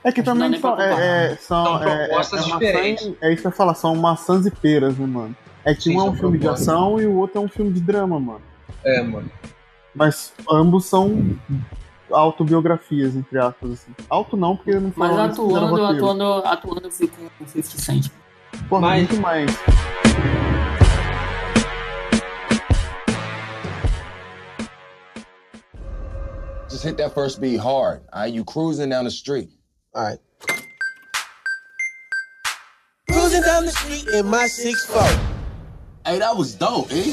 É que Acho que não dá também nem são, pra né? comparar, é, é, são, São é, propostas é, é, diferentes. maçã e- é isso que eu ia falar, são maçãs e peras, né, mano? É que Sim, um é um são filme de propostas. ação e o outro é um filme de drama, mano. É, mano. Mas ambos são autobiografias, entre aspas, assim. Auto não, porque não Mas falam isso, fizeram atuando, roteiro. atuando, atuando, eu fico com o 50 Cent. Porra, Mas- muito mais. Just hit that first beat hard. All right, you cruising down the street. All right. Cruising down the street in my six four. Hey, that was dope, eh?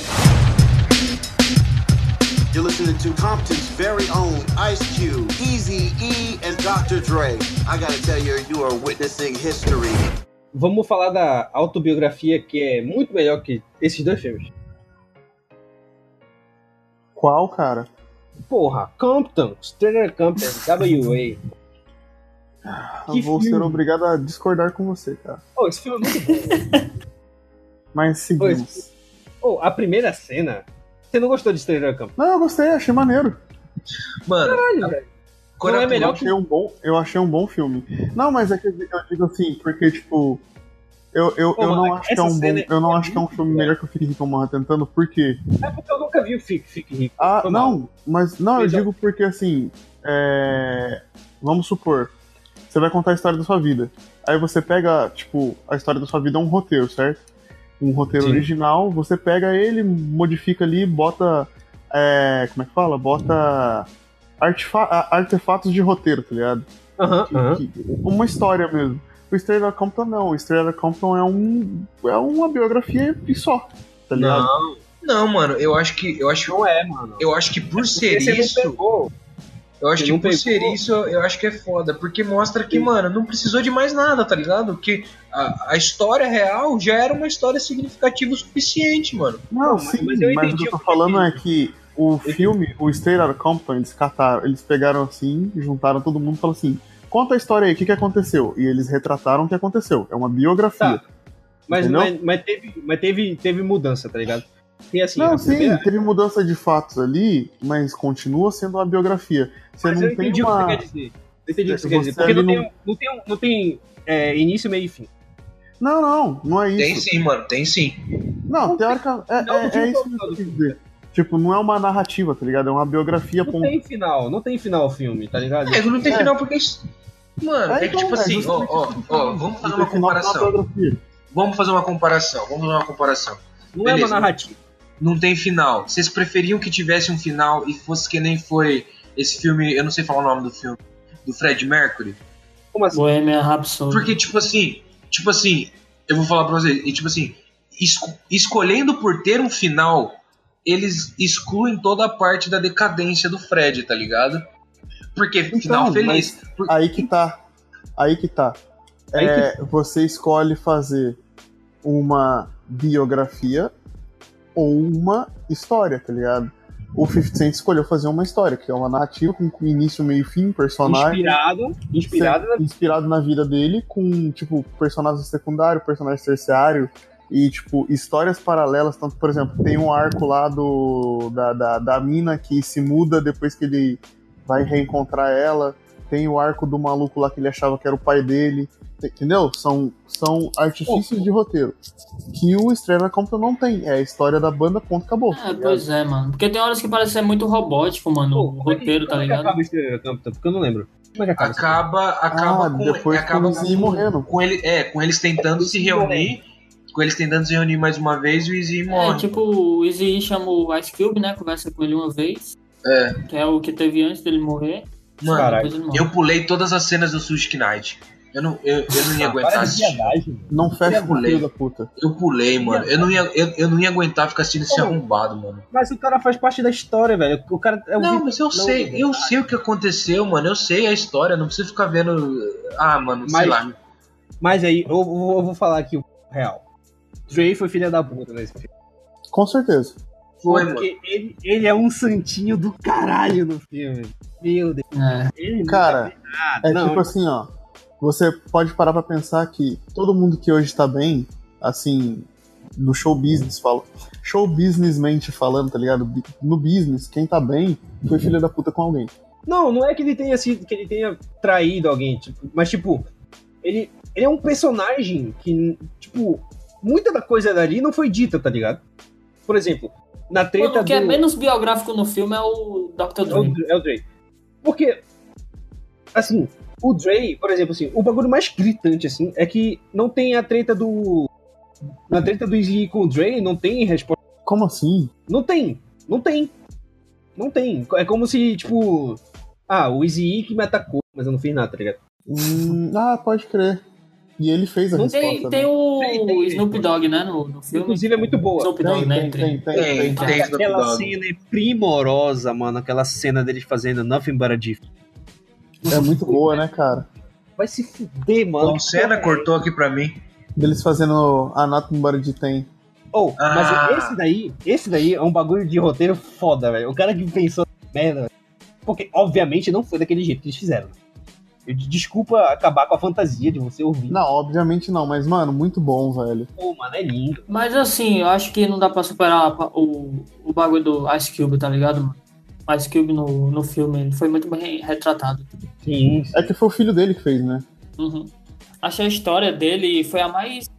You're listening to Compton's very own Ice Cube, Easy E, and Dr. Dre. I gotta tell you, you are witnessing history. Vamos falar da autobiografia que é muito melhor que esses dois filmes. Qual, cara? Porra, Compton, Stranger Compton, WA. Que eu vou filme. ser obrigado a discordar com você, cara. Oh, esse filme é muito bom. Mas seguimos. Oh, a primeira cena. Você não gostou de Stranger Compton? Não, eu gostei, achei maneiro. Mano, é quando Não é a- melhor eu achei um bom, eu achei um bom filme. Não, mas é que eu digo- eu digo assim, porque tipo, eu, eu, Pô, eu mano, não acho que é essa um bom, cena eu não é acho que é um muito filme boa. melhor que o Fique Rico Morra tentando, por quê? É porque eu nunca vi o Fique, Fique Rico. Ah, Foi mal. não, mas não, eu Veja. digo porque assim, é, vamos supor, você vai contar a história da sua vida. Aí você pega, tipo, a história da sua vida é um roteiro, certo? Um roteiro Sim. original, você pega ele, modifica ali, bota. é, como é que fala? Bota artefa- a- artefatos de roteiro, tá ligado? Aham, aham. uma história mesmo. O Estrela Compton não, o Estrela Compton é um é uma biografia e só, tá ligado? Não, não, mano, eu acho que. Eu acho, não é, mano. eu acho que por ser Esse é não isso. pegou. Eu acho Ele que não por ser pegou. isso, eu acho que é foda. Porque mostra que, mano, não precisou de mais nada, tá ligado? Que a, a história real já era uma história significativa o suficiente, mano. Não, mas- sim, mas mas, eu entendi o que eu tô o que falando ele- é que o filme, o Straight Outta Compton, eles cataram, eles pegaram assim, juntaram todo mundo e falaram assim, conta a história aí, o que, que aconteceu? E eles retrataram o que aconteceu, é uma biografia. Tá, Mas, Entendeu? mas, mas teve, mas teve, teve mudança, tá ligado? E assim, não, a sim, primeira- teve mudança de fatos ali, mas continua sendo uma biografia. Você mas não eu entendi tem o uma... que você quer dizer. Eu entendi o que você Você quer dizer. Porque não ali tem, não tem, um- não tem é, início, meio e fim. Não, não, não é isso. Tem sim, mano, tem sim. Não, teoricamente, é, não, é- não tinha é isso que colocado eu quis dizer. Tipo, não é uma narrativa, tá ligado? É uma biografia, Não ponto. tem final, não tem final o filme, tá ligado? É, não tem É. final porque. Mano, é, que então, tipo é assim, ó, justamente ó, isso que eu ó, falei. vamos Não fazer uma tem final, é comparação. biografia. Vamos fazer uma comparação, vamos fazer uma comparação. não é beleza. uma narrativa. Não tem final. Vocês preferiam que tivesse um final e fosse que nem foi esse filme, eu não sei falar o nome do filme, do Fred Mercury? Como assim? Bohemian Rhapsody. Porque, tipo assim, tipo assim, eu vou falar pra vocês, e tipo assim, esco- escolhendo por ter um final, eles excluem toda a parte da decadência do Fred, tá ligado? Porque Então, final feliz. Por- Aí que tá. Aí que tá. Aí que- É, Você escolhe fazer uma biografia ou uma história, tá ligado? O 50 Cent escolheu fazer uma história, que é uma narrativa com com início, meio e fim, um personagem. Inspirado, inspirado na Sim, inspirado na vida dele, com, tipo, personagem secundário, personagem terciário e, tipo, histórias paralelas. Tanto, por exemplo, tem um arco lá do, da, da, da mina que se muda depois que ele vai reencontrar ela. Tem o arco do maluco lá que ele achava que era o pai dele. Entendeu? São, são artifícios de roteiro que o Estrela Compton não tem. É a história da banda, ponto, acabou. Ah, É, pois é, mano. Porque tem horas que parece ser muito robótico, mano, Pô, o roteiro, tá como é que ligado? acaba o Estrela Compton? Porque eu não lembro. Como é que acaba? Acaba, acaba Ah, com, depois acaba com eles morrendo. com ele, é, com eles tentando se reunir, com eles tentando se reunir mais uma vez e o Izzy É, morre. tipo, o Easy E chama o Ice Cube, né? Conversa com ele uma vez. É. Que é o que teve antes dele morrer. Mano, Caralho. Depois ele morre. eu pulei todas as cenas do Sushi Knight. Eu não, eu, eu não ia Ah, aguentar assistir. Não fecha Eu com o pulei. filho da puta. Eu pulei, mano. Eu não ia, eu, eu não ia aguentar ficar assistindo esse arrombado, mano. Mas o cara faz parte da história, velho. O cara é o Não, Vitor- mas eu sei, eu sei o que aconteceu, mano. Eu sei a história, não precisa ficar vendo. Ah, mano, sei Mas- lá. Mas aí, eu, vou- eu vou falar aqui o real. Dre foi filha da puta nesse filme. Com certeza. Foi, mano. Porque ele, ele é um santinho do caralho no filme. Meu Deus. É. Ele não Cara, nada. é não, tipo assim, ó. Você pode parar pra pensar que todo mundo que hoje tá bem, assim, no show business, fala, show businessmente falando, tá ligado? Bi- No business, quem tá bem foi filha da puta com alguém. Não, não é que ele tenha sido, que ele tenha traído alguém, tipo, mas tipo, ele, ele é um personagem que, tipo, muita da coisa dali não foi dita, tá ligado? Por exemplo, na treta O que é do- menos biográfico no filme é o é Dr. o, Doom. é o Dre. Porque, assim, o Dre, por exemplo, assim, o bagulho mais gritante, assim, é que não tem a treta do. Na treta do Izzy com o Dre, não tem resposta. Como assim? Não tem. Não tem. Não tem. É como se, tipo. Ah, o Izzy que me atacou, mas eu não fiz nada, tá ligado? Hum, ah, pode crer. E ele fez a Não resposta. Tem, um né? tem o Tem, tem. Snoop Dogg, né? No, no filme. Inclusive é muito boa. Snoop Dogg, né? tem, tem, tem, Tem, tem, tá. tem Snoop Aquela Dogg. cena é primorosa, mano. Aquela cena deles fazendo Nothing But a Diff. É muito boa, né, cara? Vai se fuder, mano. Tom Senna cortou aqui pra mim. Deles fazendo Anatomy Body de Tem. Oh, Ah. Mas esse daí, esse daí é um bagulho de roteiro foda, velho. O cara que pensou nessa merda, velho. Porque, obviamente, não foi daquele jeito que eles fizeram. Eu- Desculpa acabar com a fantasia de você ouvir. Não, obviamente não, mas, mano, muito bom, velho. Pô, mano, é lindo. Mas assim, eu acho que não dá pra superar o, o bagulho do Ice Cube, tá ligado, mano? Ice Cube no, no filme, ele foi muito bem retratado. Sim. É que foi o filho dele que fez, né? Uhum. Achei a história dele foi a mais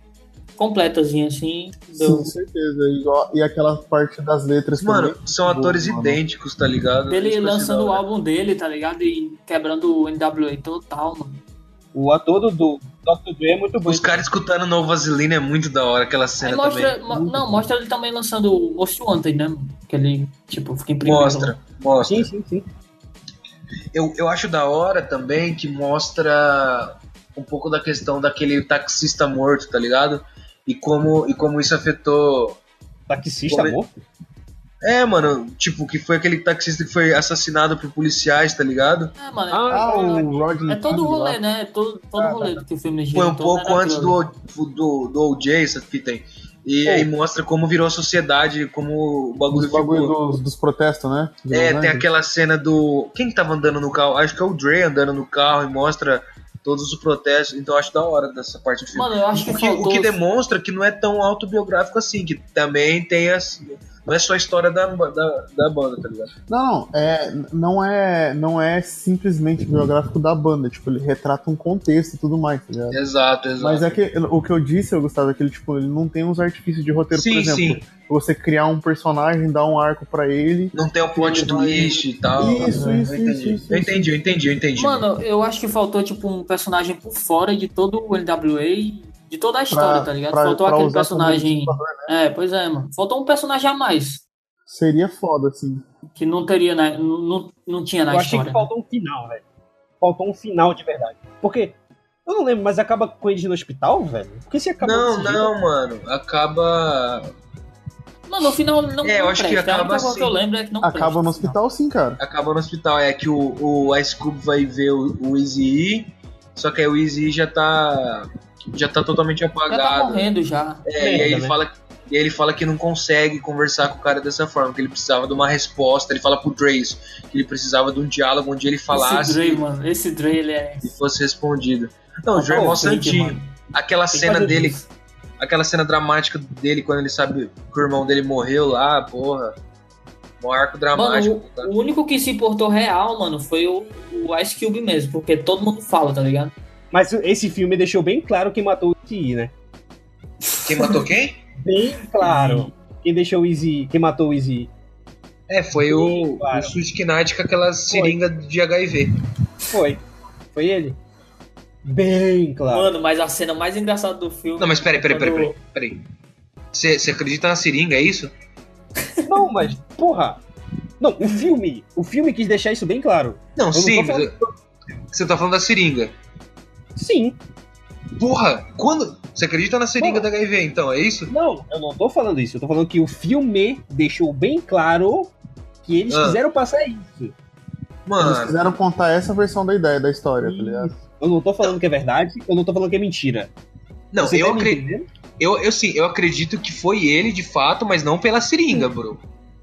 completazinha, assim. Sim, Do, certeza. Igual- e aquela parte das letras também. Mano, são atores Boa, mano. idênticos, tá ligado? dele Isso que eu lançando o sinal, né? álbum dele, tá ligado? E quebrando o NWA total, mano. O ator do, do Dr. Dre é muito bom. Os caras escutando No Vaseline é muito da hora aquela Aí cena mostra, também. mo- não, mostra ele também lançando o Most Wanted, né? mano? Que ele, tipo, fica imprimindo. Mostra, mostra. Sim, sim, sim. Eu, eu acho da hora também que mostra um pouco da questão daquele taxista morto, tá ligado? E como, e como isso afetou. Taxista Come- morto? É, mano, tipo, que foi aquele taxista que foi assassinado por policiais, tá ligado? É, mano. Ah, o Rodney. é todo o King lá. rolê, né? É todo, todo Ah, rolê que o filme gira Foi um em torno, pouco né, antes aquilo. do, tipo, do, do OJ, essa fita aí. E aí mostra como virou a sociedade, como o bagulho Os bagulho ficou. dos, dos protestos, né? De Tipo, É, Los tem Angeles. aquela cena do. Quem que tava andando no carro? Acho que é o Dre andando no carro e mostra todos os protestos. Então eu acho da hora dessa parte do filme. Mano, eu acho que O que, o faltou. que demonstra que não é tão autobiográfico assim, que também tem as. Não é só a história da, da, da banda, tá ligado? Não, não. É, não, é, não é simplesmente biográfico da banda. Tipo, ele retrata um contexto e tudo mais, tá ligado? Exato, exato. Mas é que o que eu disse, eu Gustavo, é que ele, tipo, ele não tem uns artifícios de roteiro, sim, por exemplo. sim. Você criar um personagem, dar um arco pra ele. Não tem o plot Ele vai- twist e tal. Isso, Uhum. Eu isso, entendi. isso, isso, Eu entendi, eu entendi, eu entendi. Mano, eu acho que faltou, tipo, um personagem por fora de todo o NWA, e de toda a história, tá ligado? pra- faltou pra aquele usar tipo, como personagem. limitador, É, pois é, mano. Faltou um personagem a mais. Seria foda, assim. Que não teria na, não, não- não tinha na Eu achei história. que faltou um final, velho. Faltou um final de verdade. Porque, eu não lembro, mas acaba com eles no hospital, velho? Por que se acabou não, desse jeito? não, mano. Acaba. Mano, no final não. É, eu não acho que presta. acaba a única coisa que eu assim. lembro é que não Acaba presta, no não. hospital, sim, cara. Acaba no hospital. É que o, o Ice Cube vai ver o, o Easy E, só que aí o Easy E já tá. Já tá totalmente Já tá apagado. morrendo já. É, e aí Merda, ele né? fala, e aí ele fala que não consegue conversar com o cara dessa forma, que ele precisava de uma resposta. Ele fala pro Dre isso, que ele precisava de um diálogo onde ele Esse falasse Dre, mano. Esse Dre, ele é. e fosse respondido. Não, Tá o Dre é mó fake, santinho. mano. Aquela que cena fazer dele, isso. aquela cena dramática dele quando ele sabe que o irmão dele morreu lá, porra. Um arco dramático. Mano, tá? o, o único que se importou real, mano, foi o, o Ice Cube mesmo, porque todo mundo fala, tá ligado? Mas esse filme deixou bem claro quem matou o Izzy, né? Quem matou quem? Bem claro. Quem deixou o Izzy, quem matou o Izzy. É, foi o, claro. o Suzy Knight com aquela seringa de HIV. Foi. Foi ele? Bem claro. Mano, mas a cena mais engraçada do filme. Tá. Não, mas peraí, peraí, peraí, quando- peraí. peraí. Você você acredita na seringa, é isso? Não, mas, porra. Não, o filme. O filme quis deixar isso bem claro. Não, não sim, tô mas eu- você tá falando da seringa. Sim. Porra, quando. Você acredita na seringa da HIV, então, é isso? Não, eu não tô falando isso. Eu tô falando que o filme deixou bem claro que eles Ah. quiseram passar isso. Eles quiseram contar essa versão da ideia, da história, tá ligado? Eu não tô falando que é verdade, eu não tô falando que é mentira. Não, Você eu tá me acredito. Eu, eu sim, eu acredito que foi ele de fato, mas não pela seringa, bro.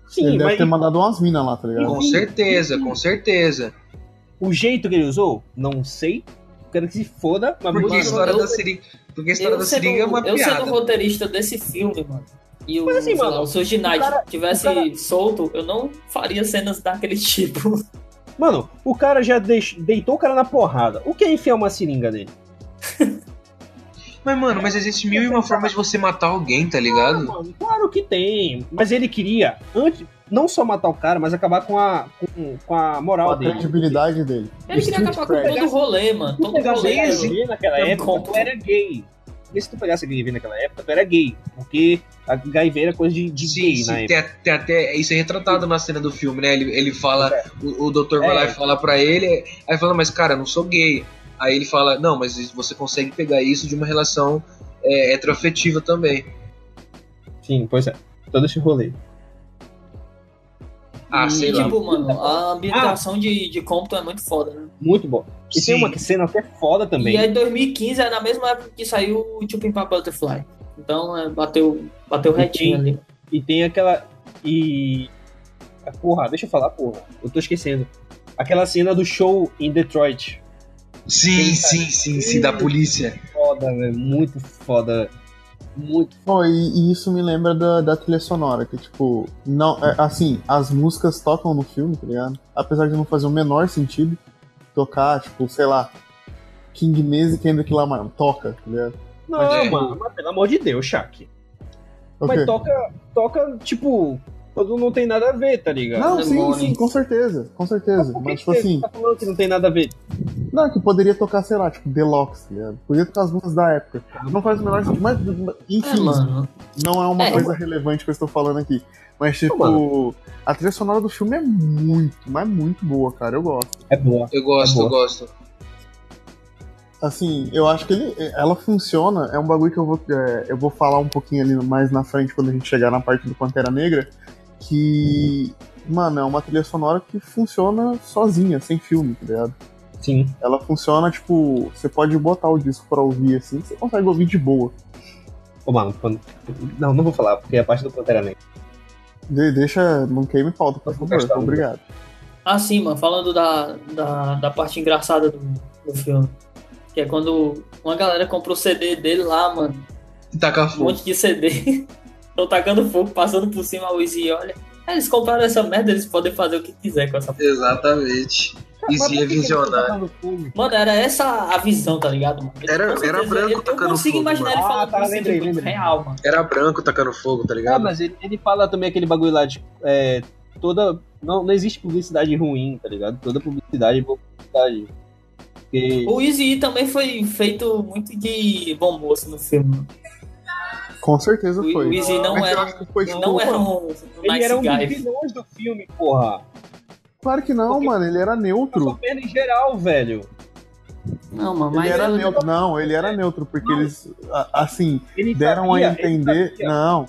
Sim, Ele deve mas ter mandado umas minas lá, tá ligado? Com certeza, com certeza. o jeito que ele usou, não sei. Quero que se foda, mas Porque a mandou- história eu- da seringa. Porque a história Eu da sendo, seringa é uma eu sendo piada. roteirista desse filme, mano, e o, Mas assim, sei mano, lá, o Surge Knight cara- tivesse o cara- solto, eu não faria cenas daquele tipo. Mano, o cara já deix- deitou o cara na porrada. O que é enfiar uma seringa nele? Mas, mano, mas existe mil e uma formas de você matar alguém, tá ligado? Mano, claro que tem. Mas ele queria, antes, não só matar o cara, mas acabar com a, com, com a Com moral a dele. credibilidade dele. Ele Street queria acabar com cred. todo o rolê, mano. Tu Todo o pegasse rolê. a era- HIV naquela Eu época, conto. tu era gay. E se tu pegasse a HIV naquela época, tu era gay. Porque a HIV era coisa de, de Sim, gay sim, na época. tem, a- tem até. Isso é retratado na cena do filme, né? Ele, ele fala, o, o doutor vai lá É. e fala pra ele, aí fala, mas cara, eu não sou gay. Aí ele fala, não, mas você consegue pegar isso de uma relação é, heteroafetiva também. Sim, pois é. Todo esse rolê. Ah, e, sei lá. tipo, mano, a ambientação de, de Compton é muito foda, né? Muito bom. E Sim. tem uma cena que é foda também. E aí, 2015 é na mesma época que saiu o Chupin pra Butterfly. Então, é, bateu, bateu retinho ali. E tem aquela. E. ah, Porra, deixa eu falar, porra. Eu tô esquecendo. Aquela cena do show em Detroit. Sim, sim, sim, sim, da polícia. Foda, velho. Muito foda. Muito. Bom, e, e isso me lembra da, da trilha sonora, que tipo, não, é, assim, as músicas tocam no filme, tá ligado? Apesar de não fazer o menor sentido tocar, tipo, sei lá, King Music ainda que lá, mano, toca, tá ligado? Não, Mas é. mano, mas pelo amor de Deus, Shaq. O Mas quê? toca, toca, tipo, quando não tem nada a ver, tá ligado? Não, Mas sim, Demônios. sim, com certeza, com certeza. por que Mas, que tá- tipo você assim, tá falando que não tem nada a ver? não, que poderia tocar, sei lá, tipo, Deluxe, tá ligado? Poderia tocar as músicas da época. Não faz o menor sentido, mas, mas, É, enfim, mano. não é uma É. coisa relevante que eu estou falando aqui. Mas, tipo, mano. a trilha sonora do filme é muito, mas muito boa, cara, eu gosto. É boa. Eu gosto, Tá eu bom. gosto. Assim, eu acho que ele, ela funciona. É um bagulho que eu vou, é, eu vou falar um pouquinho ali mais na frente quando a gente chegar na parte do Pantera Negra. Que, mano, é uma trilha sonora que funciona sozinha, sem filme, tá ligado? Sim. Ela funciona, tipo, você pode botar o disco pra ouvir assim, você consegue ouvir de boa. Ô, mano, quando- não, não vou falar, porque é a parte do Pantera Negra. De- deixa, não queime pauta, por favor. gastar Obrigado. Ah, sim, mano. Falando da, da, da parte engraçada do, do filme. Que é quando uma galera compra o CD dele lá, mano. Taca Um fogo. monte de CD. Estão tacando fogo, passando por cima a Wizzy e olha. "Ah, Eles compraram essa merda, eles podem fazer o que quiser com essa Exatamente. Mas por que Isso que é ele tá visionário. tocando fogo? Mano, era essa a visão, tá ligado, mano? Era- Com certeza, era branco eu, eu tacando consigo fogo, imaginar mano. ele Ah, falando tá, com lembrei, sentido lembrei. real, mano. Era branco tacando fogo, tá Ah, ligado? mas ele, ele fala também aquele bagulho lá de. é, toda. Não, não existe publicidade ruim, tá ligado? Toda publicidade é boa publicidade. Porque. O Easy E também foi feito muito de bom moço no filme. mano. Com certeza O, o foi. Easy não Mas eu era, acho que foi, tipo, não era um Ele nice era um dos guy. vilões do filme, porra. Claro que não, Porque- mano, ele era Passou neutro. perna em geral, velho. Não, mano, Ele mas era eu- neutro. Não, ele era neutro, porque Não. eles, a- assim, Ele deram sabia, a entender. Ele sabia. não.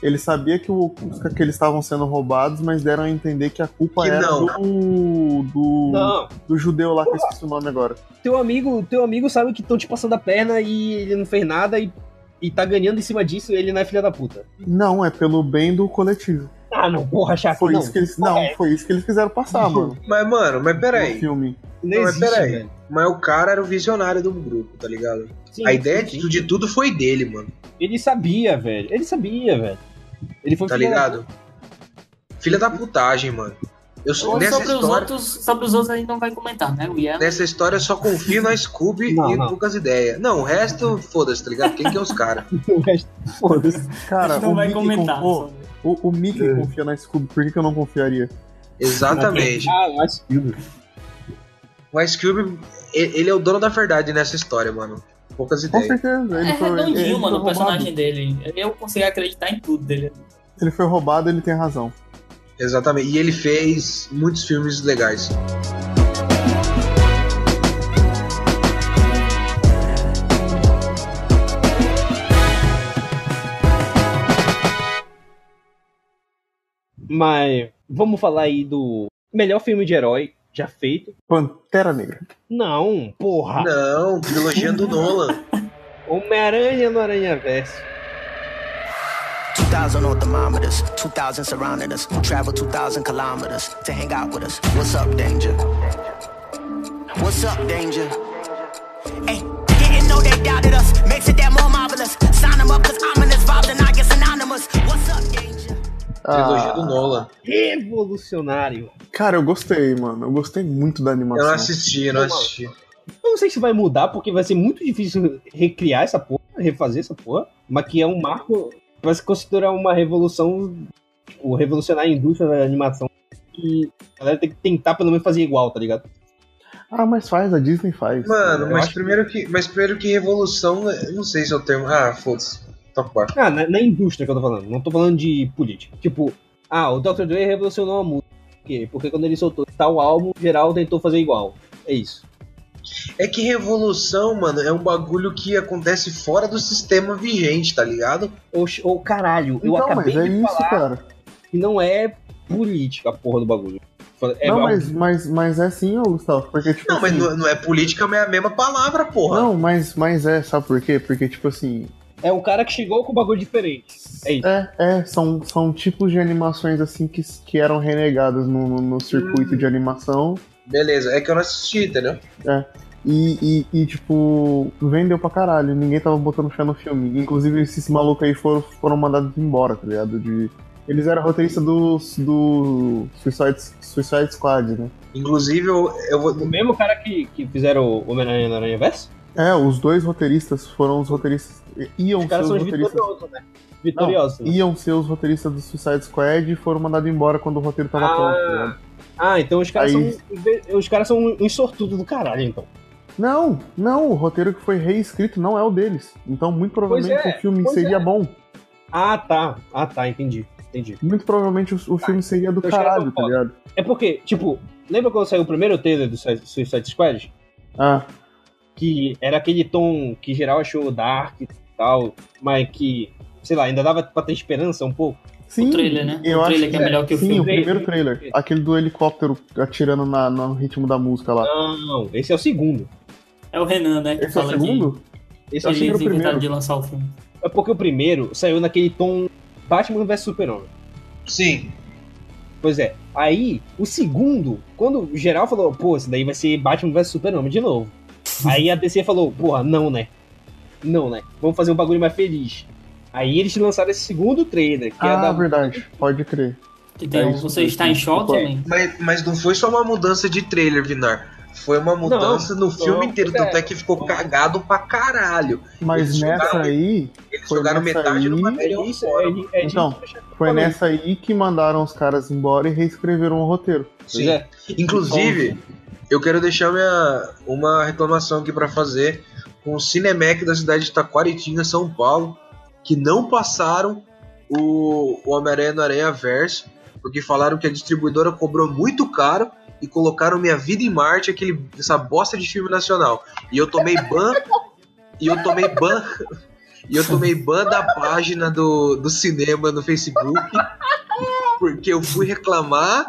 Ele sabia que, o, que eles estavam sendo roubados, mas deram a entender que a culpa Que era não. do. do. Não, do judeu lá que eu esqueci o nome agora. teu amigo, teu amigo sabe que estão te passando a perna e ele não fez nada e, e tá ganhando em cima disso e ele não é filha da puta. Não, é pelo bem do coletivo. Ah, não, porra, Tá, Chaco, foi não. isso que eles. Não, foi isso que eles quiseram passar, mano. Mas, mano, mas No É. peraí. filme. Não Não, mas existe, peraí. velho. Mas o cara era o visionário do grupo, tá ligado? Sim, A ideia é sim, de, sim. de tudo foi dele, mano, Ele sabia, velho. Ele sabia, velho. Ele foi tá filha da ligado? Filha da putagem, mano. Eu só- Ou nessa, sobre, os história, outros, sobre os outros a gente não vai comentar, né? O Ian. nessa história eu só confio na Scooby Não, e não. no Lucas Ideia. Não, o resto, foda-se, tá ligado? Quem que é os caras? O resto, foda-se. a Cara, gente não o vai Mickey, comentar. con- ô, sobre. o, o Mickey confia na Scooby, por que, que eu não confiaria? Exatamente. Ah, mas filho. O Ice Cube, e- ele é o dono da verdade nessa história, mano. Poucas Com ideias. certeza. Ele É foi, ele, ele redondinho, mano, o foi roubado. personagem dele. Eu consigo acreditar em tudo dele. Ele foi roubado, ele tem razão. Exatamente. E ele fez muitos filmes legais. Mas vamos falar aí do melhor filme de herói já feito. Pantera Negra. Não, porra. Não, trilogia do Nolan. Homem-Aranha no Aranha Verso. 2,000 on thermometers, 2,000 surrounding us. Travel 2,000 kilometers to hang out with us. What's up, danger? What's up, danger? Hey, didn't know they doubted us. Makes it that more marvelous. Sign them up, cause ominous vibes and I get synonymous. What's up, danger? Ah. Trilogia do Nolan. Revolucionário. Cara, eu gostei, mano. Eu gostei muito da Eu animação. não assisti, eu não assisti. Eu não sei se vai mudar, porque vai ser muito difícil recriar essa porra, refazer essa porra, mas que é um marco vai se considerar uma revolução, tipo, revolucionar a indústria da animação. E a galera tem que tentar pelo menos fazer igual, tá ligado? Ah, mas faz, a Disney faz. Mano, Eu mas acho- primeiro que, mas primeiro que revolução, eu não sei se é o termo. Ah, foda-se. Toca o barco. Ah, na, na indústria que eu tô falando, não tô falando de política. Tipo, ah, o Dr. Dre revolucionou a música. Por quê? Porque quando ele soltou tal álbum, geral tentou fazer igual. É isso. É que revolução, mano, é um bagulho que acontece fora do sistema vigente, tá ligado? Ou, ou caralho, eu Então, acabei mas é de isso, falar cara. que não é política a porra do bagulho. É não, algo- mas, mas, mas é sim, ô Gustavo. Porque, tipo Não, mas assim, não, não é política, mas é a mesma palavra, porra. Não, mas, mas é, sabe por quê? Porque, tipo assim, É um cara que chegou com um bagulho diferente. É isso. é, é, são, são tipos de animações assim que, que eram renegadas no, no- no Hum. circuito de animação. Beleza, é que eu não assisti, entendeu? E, e, e, tipo, vendeu pra caralho, ninguém tava botando fé no filme. Inclusive, esses malucos aí foram, foram mandados embora, tá ligado? De, eles eram roteiristas do, do Suicide, Suicide Squad, né? Inclusive, eu, eu O vou. mesmo cara que, que fizeram o Homem-Aranha no Aranha Verso? É, os dois roteiristas foram os roteiristas. Iam Os ser caras os são os roteiristas. vitoriosos, né? Vitoriosos. né? Iam ser os roteiristas do Suicide Squad e foram mandados embora quando o roteiro tava Ah. pronto, tá ligado? Ah, então os caras Aí- são. Os caras são uns sortudos do caralho, então. Não, não, o roteiro que foi reescrito não é o deles. Então, muito provavelmente é, o filme pois seria bom. Ah, tá. Ah, tá, entendi. Entendi. Muito provavelmente o, o filme seria do Então os caras caralho, são tá ligado? É porque, tipo, lembra quando saiu o primeiro trailer do Sui- Suicide Squad? Ah, Que era aquele tom que geral achou dark e tal, mas que, sei lá, ainda dava pra ter esperança um pouco. sim. o trailer, né? Eu o acho trailer que é melhor que o Sim, o filme. primeiro trailer. Aquele do helicóptero atirando na- no ritmo da música lá. Não, esse é o segundo. É o Renan, né? Que Esse é o fala que- segundo? Esse Eu é o achei que Eles era o primeiro. inventaram de lançar o filme. É porque o primeiro saiu naquele tom Batman vs Super-Homem. Sim. Pois é. Aí, o segundo, quando o geral falou, pô, esse daí vai ser Batman vs Super-Homem de novo. Aí a DC falou, porra, não, né? Não, né? Vamos fazer um bagulho mais feliz. Aí eles lançaram esse segundo trailer, que é ah, da... verdade. Pode crer. Que tem É um- isso, você é está isso. em choque, né? Concordo. homem? Mas, mas não foi só uma mudança de trailer, Vinar. Foi uma mudança no filme inteiro, cara. tanto é que ficou cagado pra caralho. Mas Eles nessa é jogaram- aí, Eles Foi jogaram nessa metade do aí, É material isso, fora. é, é Então, disso que eu foi falei. nessa aí que mandaram os caras embora e reescreveram o roteiro. Pois Sim. é. Inclusive, eu quero deixar minha, uma reclamação aqui pra fazer com o Cinemec da cidade de Taquaritinga, São Paulo, que não passaram o, o Homem-Aranha no Aranha Verso, porque falaram que a distribuidora cobrou muito caro e colocaram Minha Vida em Marte, aquele, essa bosta de filme nacional. E eu tomei ban. e eu tomei ban. E eu tomei ban da página do, do cinema no Facebook. Porque eu fui reclamar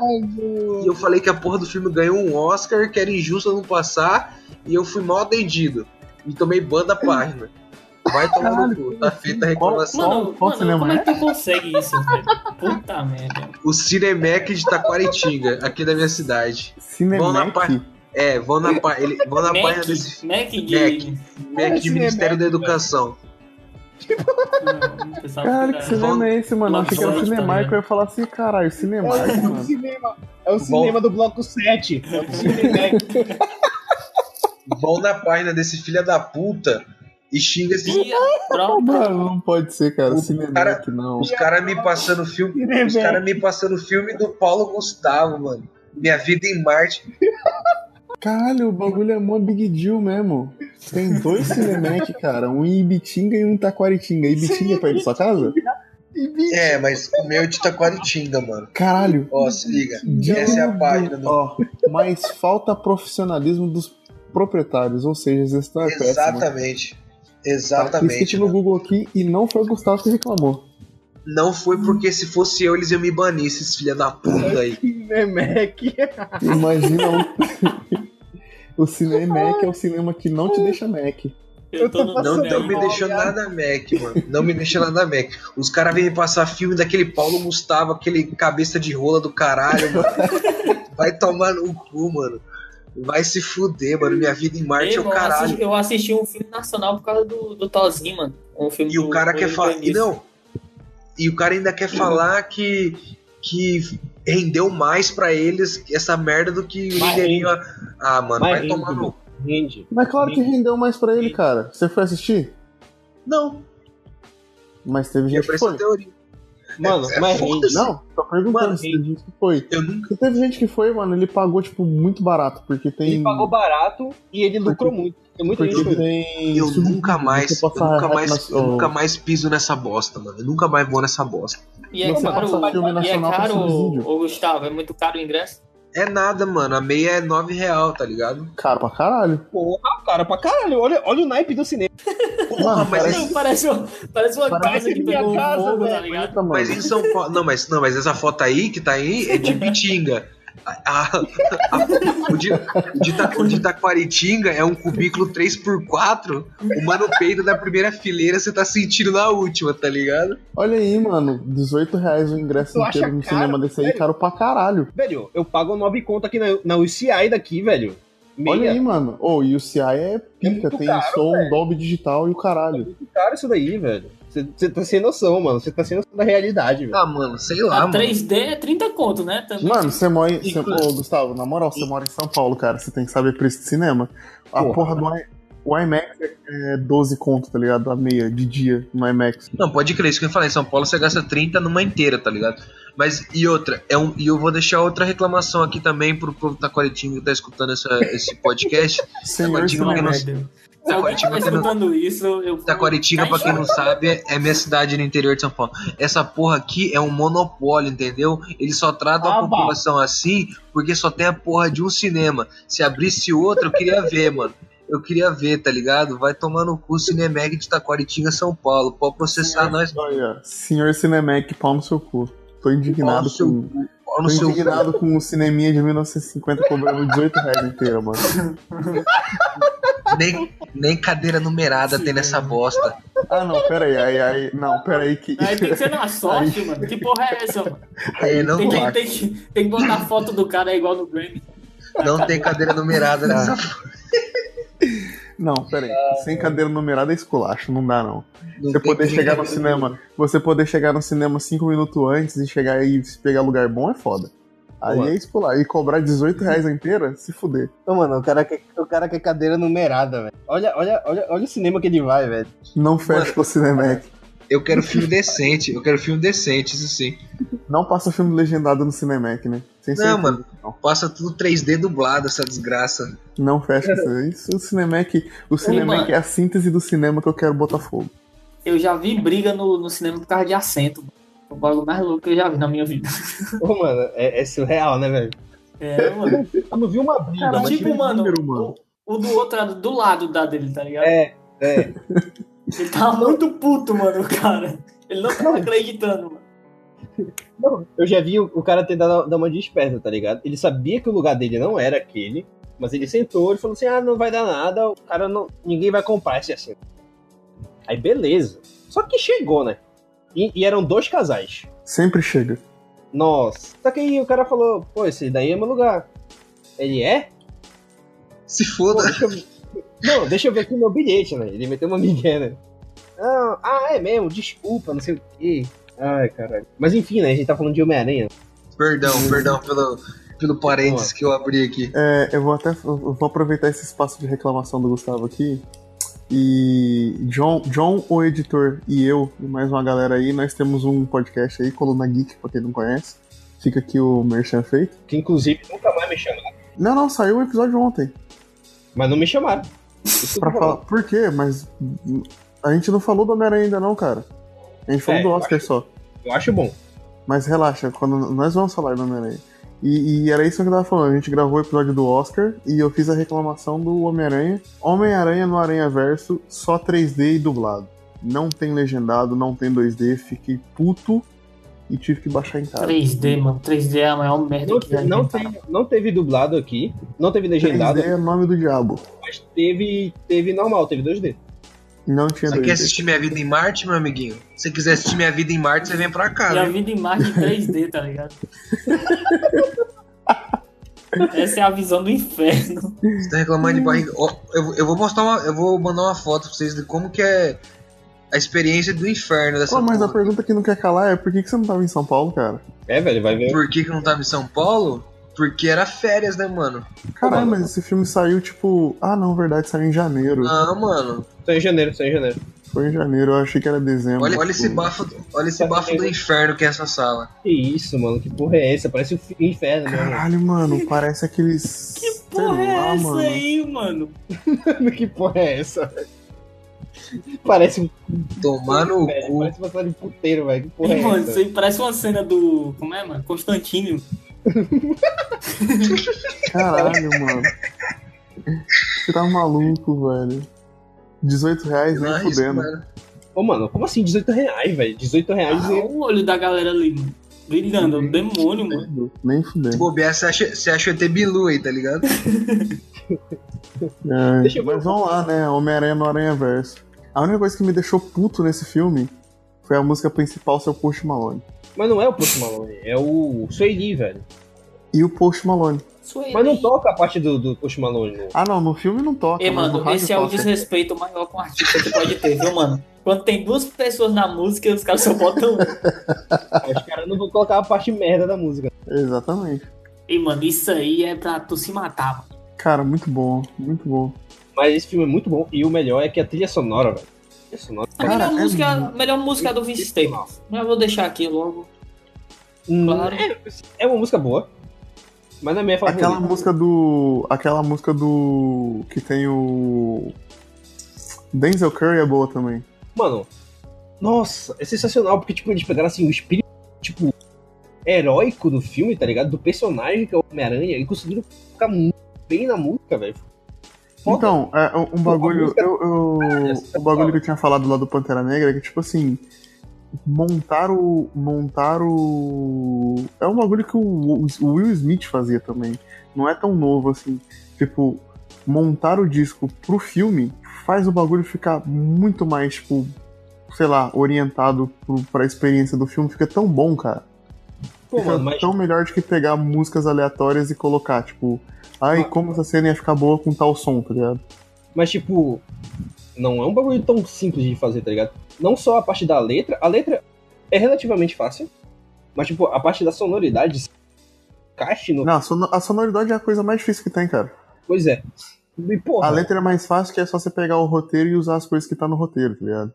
e eu falei que a porra do filme ganhou um Oscar, que era injusto não passar, e eu fui mal atendido. E tomei ban da página. Vai tomar no cu, tá feita a reclamação. Mano, qual mano cinema como é? é que tu consegue isso, velho? Puta merda. O Cinemec de Taquaritinga, aqui da minha cidade. Vão na Cinemec? parte- É, vão na, pá- ele, vão na página Mac, desse filme Mac de... Mac de Ministério da Educação. Não, o pessoal Cara, fica- que cinema é esse, mano? Eu achei que era Nossa, Cinemark, tá, eu ia falar assim, caralho, Cinemark, É o mano. cinema. É o cinema do bloco 7. É o cinema. Vão na página desse filho da puta e xinga assim. Ih, droga. Mano, não pode ser, cara. O Cinemark, cara- não. Os caras me passando filme. Os caras me passando filme do Paulo Gustavo, mano. Minha vida em Marte. Caralho, o bagulho é mó big deal mesmo. Tem dois Cinemark, cara. Um em Ibitinga e um em Taquaritinga. Ibitinga é perto da sua casa? É, mas o meu é de Taquaritinga, mano. Caralho. Ó, se liga. Essa é a página do. Ó, mas falta profissionalismo dos proprietários, ou seja, a gestão é péssima. Exatamente. Tá escrito Exatamente. né? no mano. Google aqui e não foi o Gustavo que reclamou. Não foi porque se fosse eu, eles iam me banir, esses filha da puta aí. Cinemec. Imagina o... o Cinemec é o cinema que não te deixa Mac. Eu tô no Não, não cinema. me deixou nada Mac, mano. Não me deixou nada Mac. Os caras vêm me passar filme daquele Paulo Gustavo, aquele cabeça de rola do caralho, mano. Vai tomar no cu, mano. Vai se fuder, mano. Minha vida em Marte é o Irmão, eu caralho. assisti- Eu assisti um filme nacional por causa do, do Tozinho, mano. Um filme E o do- cara do quer falar. E Ivanilson. não. E o cara ainda quer falar que. que rendeu mais pra eles essa merda do que Mas renderia. Ah, mano, Mas vai rende, tomar no. mano. Rende. Mas claro que rendeu mais pra ele, cara. Você foi assistir? Não, Mas teve eu gente que preço foi. teoria. Mano, É, é mas rende. foda-se. Não, tô perguntando Mano, se teve gente que foi. Eu nunca. Se teve gente que foi, mano, ele pagou, tipo, muito barato, porque tem. Ele pagou barato e ele lucrou muito. Tem muita gente Porque que tem. Eu sub- nunca mais, você eu passar nunca raiva mais, nas- eu nunca mais piso nessa bosta, mano. Eu nunca mais vou nessa bosta. E é Você caro, passa filme e é nacional pra caro subsídio. ô Gustavo, é muito caro o ingresso. É nada, mano. A meia é nove real, tá ligado? Caro pra caralho. porra, cara, pra caralho. Olha, olha o naipe do cinema. Mano, mas parece- Não, parece, um- parece uma casa que um pegou minha casa, fogo, tá um velho. ligado? Puta, mano. Mas em São Paulo. Não, mas não, mas essa foto aí que tá aí é de Bitinga. A- a- a- o, de, o, de Ta- o de Taquaritinga é um cubículo 3x4. O mano peida da primeira fileira, você tá sentindo na última, tá ligado? Olha aí, mano, 18 reais o ingresso Tu acha inteiro no caro, cinema desse aí, velho? caro pra caralho. Velho, eu pago nove conto aqui na, na UCI daqui, velho. Meia. Olha aí, mano. Ô, e o CI é pica, muito tem caro, som, Dolby Digital e o caralho. Cara, isso daí, velho. Você tá sem noção, mano. Você tá sem noção da realidade, velho. Ah, mano, sei A lá, mano. 3D é 30 conto, né? Também. Mano, você mora em. Cê... Inclu- Ô, Gustavo, na moral, você mora em São Paulo, cara. Você tem que saber preço de cinema. A Porra, porra do I... o IMAX é 12 conto, tá ligado? A meia de dia no IMAX. Não, pode crer, isso que eu falei. Em São Paulo você gasta 30 numa inteira, tá ligado? Mas e outra, é um, e eu vou deixar outra reclamação aqui também pro povo da Taquaritinga que tá escutando essa- esse podcast. Senhor Taquaritinga, pra quem não, cinema. Se alguém Taquaritinga, tá pra quem não- escutando isso, eu Tá vou... Taquaritinga, pra quem não sabe, é- é minha cidade no interior de São Paulo. Essa porra aqui é um monopólio, entendeu? Eles só tratam a Ah, bah. população assim porque só tem a porra de um cinema. Se abrisse outro, eu queria ver, mano. Eu queria ver, tá ligado? Vai tomar no cu Cinemag de Taquaritinga, São Paulo. Pode processar nós, Olha, Senhor Cinemec, pau no seu cu. Tô pau no indignado seu com. cu, pau no Tô seu cu. indignado com o cineminha de 1950 cobrando 18 reais inteiro, mano. Nem, nem cadeira numerada tem nessa bosta. Ah, não, pera aí, aí, aí, não, pera aí que... Aí tem que Tá ser na sorte, mano. Que porra é essa, mano? É, não, Tem que, tem, tem, que, tem que botar a foto do cara igual no Grammy. não tem cadeira Ah, numerada nessa porra. Não, pera aí, sem cadeira numerada é esculacho, não dá não. Você Não tem poder chegar no cadeira cinema, você poder chegar no cinema 5 minutos antes e chegar aí e se pegar lugar bom é foda. Aí Boa. é esculacho, e cobrar 18 reais a inteira, se fuder. Não, mano, o cara quer, o cara quer cadeira numerada, velho. Olha, olha, olha, olha o cinema que ele vai, velho. Não fecha com o Cinemec. Eu quero filme decente, eu quero filme decente, isso sim. Não passa filme legendado no Cinemec, né? Sem Não, certeza. mano. Passa tudo 3D dublado, essa desgraça. Não fecha com o Isso, o Cinemec, o Cinemec mano. é a síntese do cinema que eu quero botar fogo. Eu já vi briga no, no cinema por causa de assento, mano. O bagulho mais louco que eu já vi na minha vida. Ô, mano, é, é surreal, né, velho? É, mano. Eu não vi uma briga, Cara, mas mas tipo, que mano, número, mano. O, o do outro era do lado da dele, tá ligado? É, é. Ele tava muito puto, mano, o cara. Ele não tava acreditando, mano. Não, eu já vi o, o cara tentar dar, dar uma de esperto, tá ligado? Ele sabia que o lugar dele não era aquele, mas ele sentou, ele falou assim, ah, não vai dar nada, o cara não... Ninguém vai comprar esse assento. Aí, beleza. Só que chegou, né? E- e eram dois casais. Sempre chega. Nossa. Só que aí o cara falou, pô, esse daí é meu lugar. Ele é? Se Pô, foda. deixa eu... Não, deixa eu ver aqui meu bilhete, né? Ele meteu uma migué, né? Não, ah, é mesmo, desculpa, não sei o quê. Ai, caralho. Mas enfim, né? A gente tá falando de Homem-Aranha. Perdão, perdão pelo, pelo parênteses que eu abri aqui. É, eu vou até eu vou aproveitar esse espaço de reclamação do Gustavo aqui. E John, John, o editor, e eu, e mais uma galera aí, nós temos um podcast aí, Coluna Geek, pra quem não conhece. Fica aqui o Merchan feito. Que inclusive nunca mais me chamaram. Não, não, saiu o episódio ontem. Mas não me chamaram. Isso Pra que eu falar. Por quê? Mas hum, a gente não falou do Homem-Aranha ainda, não, cara. A gente falou É, do eu Oscar só. falo. Eu acho bom. Mas relaxa, quando nós vamos falar do Homem-Aranha. E, e era isso que eu tava falando. A gente gravou o episódio do Oscar e eu fiz a reclamação do Homem-Aranha. Homem-Aranha no Aranha Verso, só 3D e dublado. Não tem legendado, não tem 2D, fiquei puto e tive que baixar em casa. 3D, mano. 3D é a maior merda Não, que já não, inventaram. teve, não teve dublado aqui, não teve legendado, 3D é nome do diabo. mas teve, teve normal, teve 2D. Não tinha Você quer 2D. assistir Minha Vida em Marte, meu amiguinho? Se você quiser assistir Minha Vida em Marte, você vem pra cá, E a né? vida em Marte em 3D, tá ligado? Essa é a visão do inferno. Você tá reclamando Hum. de barriga. Ó, eu, eu vou mostrar uma. Eu vou mandar uma foto pra vocês de como que é a experiência do inferno dessa Pô, mas a porra. pergunta que não quer calar é por que, que você não tava em São Paulo, cara? É, velho, vai ver. Por que, que eu não tava em São Paulo? Porque era férias, né, mano? Caralho, mas esse filme saiu tipo. Ah, não, verdade, saiu em janeiro. Ah, mano. Só em janeiro, só em janeiro. Foi em janeiro, eu achei que era dezembro. Olha, olha tipo, esse bafo, olha esse bafo do inferno que é essa sala. Que isso, mano, que porra é essa? Parece o fi- inferno, né, mano? Caralho, mano, parece aqueles. Que Porra, sei lá, é essa mano. aí, mano? que porra é essa? velho? Parece um Tomar no velho, cu. parece uma sala de puteiro, velho. Que porra Ih, é mano, essa? isso aí parece uma cena do. Como é, mano? Constantino. Caralho, mano. Você tá maluco, velho. 18 reais, Não nem arrisco, fudendo. mano. Ô, mano, como assim? 18 reais, velho. 18 reais Ah, e- o olho da galera ali, mano. Brilhando, é um demônio, mano. Nem Se fudendo. bobear, você acha, você acha o ET Bilu aí, tá ligado? É, Deixa eu ver. mas vamos lá, né? Homem-Aranha no Aranha Verso. A única coisa que me deixou puto nesse filme foi a música principal, seu Post Malone. Mas não é o Post Malone, é o Sueli, velho. E o Post Malone. Mas não toca a parte do, do Post Malone. né? Ah, não, no filme não toca. E, mas no mano, rádio esse é o toca. desrespeito maior com o artista que pode ter, viu, mano? Quando tem duas pessoas na música, os caras só botam um. Os caras não vão colocar a parte merda da música. Exatamente. E, mano, isso aí é pra tu se matar, mano. Cara, muito bom, muito bom. Mas esse filme é muito bom e o melhor é que a trilha sonora, velho. A trilha sonora. A Cara, melhor, é música, a muito- melhor música é do Vince Staples. Mas eu vou deixar aqui logo. Claro. É, é uma música boa, mas não é minha favorita. Aquela música do. Aquela música do. Que tem o. Denzel Curry é boa também. Mano, nossa, é sensacional, porque tipo, eles pegaram assim o espírito, tipo, heróico do filme, tá ligado? Do personagem que é o Homem-Aranha e conseguiram colocar muito bem na música, velho. Foda. Então, é, um- um bagulho. música- é Eu, eu- o bagulho que eu tinha falado lá do Pantera Negra é que, tipo assim. Montar o. Montar o. É um bagulho que o, o Will Smith fazia também. Não é tão novo assim. Tipo, montar o disco pro filme faz o bagulho ficar muito mais, tipo, sei lá, orientado pro, pra experiência do filme. Fica tão bom, cara. Pô, Fica mano, mas tão melhor do que pegar músicas aleatórias e colocar, tipo, ai, Mas- como essa cena ia ficar boa com tal som, tá ligado? Mas, tipo, não é um bagulho tão simples de fazer, tá ligado? Não só a parte da letra, a letra é relativamente fácil, mas, tipo, a parte da sonoridade, se encaixe no. Não, a sono- a sonoridade é a coisa mais difícil que tem, cara. Pois é. E, porra, A letra é mais fácil, que é só você pegar o roteiro e usar as coisas que tá no roteiro, tá ligado?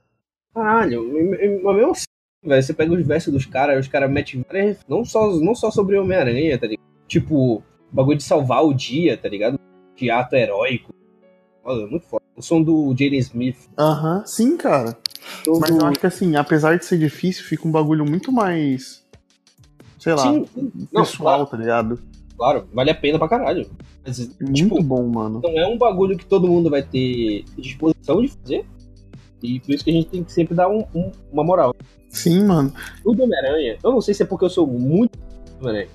caralho, e- e- mas mesmo assim, velho, você pega os versos dos caras, os caras metem várias ref- não só, não só sobre Homem-Aranha, tá ligado? Tipo, bagulho de salvar o dia, tá ligado? De ato heróico. Olha, é muito foda. O som do Jaden Smith. Aham, sim, cara. Todo... Mas eu acho que assim, apesar de ser difícil, fica um bagulho muito mais. Sei lá, Sim, sim. Não, pessoal, tá ligado? Claro, vale a pena pra caralho. Mas, Muito tipo, bom, mano. não é um bagulho que todo mundo vai ter disposição de fazer. E por isso que a gente tem que sempre dar um- um- uma moral. Sim, mano. O do Homem-Aranha, eu não sei se é porque eu sou muito do Homem-Aranha,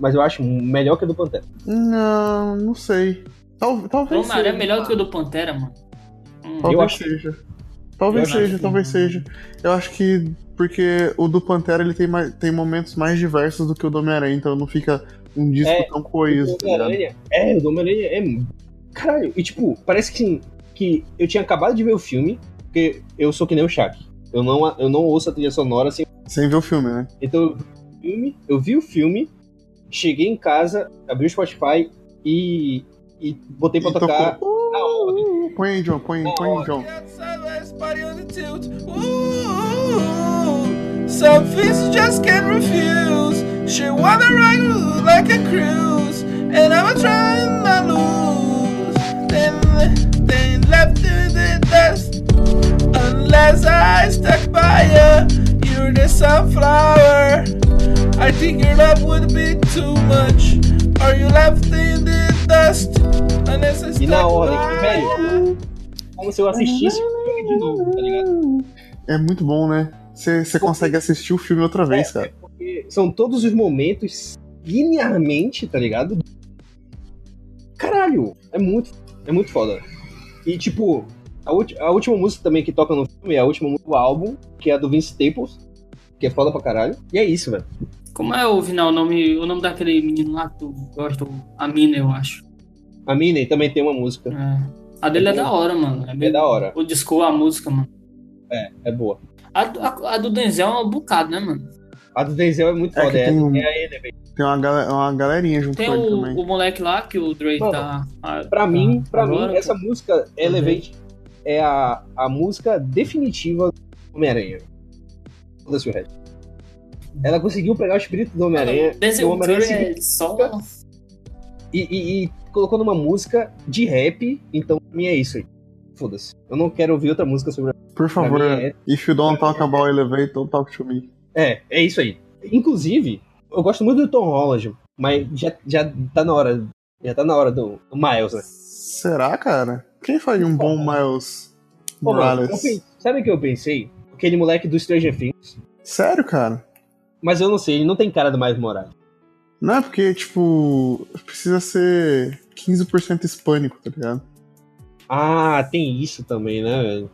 mas eu acho melhor que o do Pantera. Não, não sei. Tal- talvez Homem-Aranha é seja. melhor do que o do Pantera, mano. Talvez Eu acho- seja. Talvez Eu acho seja, talvez seja. Eu acho que. Porque o do Pantera ele tem, mais, tem momentos mais diversos do que o do Homem-Aranha, então não fica um disco É, tão o coeso, do tá ligado? Homem-Aranha, é, o do Homem-Aranha é. Caralho, e tipo, parece que, que eu tinha acabado de ver o filme, porque eu sou que nem o Shaq. Eu não, eu não ouço a trilha sonora sem. Sem ver o filme, né? Então eu vi o filme, eu vi o filme, cheguei em casa, abri o Spotify e, e botei pra E tocar. tocou. na hora. Então, Põe aí, John, põe, põe aí, John. Some faces just can't refuse. She wanna ride like a cruise, and I'm trying to lose. Then, then left in the dust. Unless I stuck by you, you're the sunflower. I think your love would be too much. Are you left in the dust? Unless I E stuck na ordem, by velho. you. Como se eu assistisse o filme de novo, tá ligado? É muito bom, né? Você consegue assistir o filme outra vez, É, cara. porque são todos os momentos linearmente, tá ligado? Caralho, é muito, é muito foda. E tipo, a, ulti- a última música também que toca no filme é a última música do álbum, que é a do Vince Staples, que é foda pra caralho. E é isso, velho. Como é o final, o nome, o nome daquele menino lá que tu gosta? A Mina, eu acho. A Minnie também tem uma música. É A dele é da hora, mano. É, da hora. O disco, a música, mano. É, é boa. A, do- a- a do Denzel é um bocado, né, mano? A do Denzel é muito É foda, que é, tem um- é a ele, velho. Tem uma, gale- uma galerinha junto Tem com ele o, também. o moleque lá que o Dre Mano, tá. a- Pra tá mim, pra mim, agora, essa música Elevate é a, a música definitiva do Homem-Aranha. Foda-se o resto. Ela conseguiu pegar o espírito do Homem-Aranha. Denzel e o Homem-Aranha Curry é se- só. e, e- e colocou numa música de rap, então pra mim é isso aí. Foda-se. Eu não quero ouvir outra música sobre. Por favor, pra mim é- if you don't talk about elevate, don't talk to me. É, é isso aí. Inclusive, eu gosto muito do Tom Holland, mas já, já tá na hora. Já tá na hora do, do Miles, né? Será, cara? Quem faria um bom Miles Pô, mano, eu Morales? pen- sabe o que eu pensei? Aquele moleque do Stranger Things. Sério, cara? Mas eu não sei, ele não tem cara do Miles Morales. Não é porque, tipo, precisa ser 15% hispânico, tá ligado? É Ah, tem isso também, né, velho?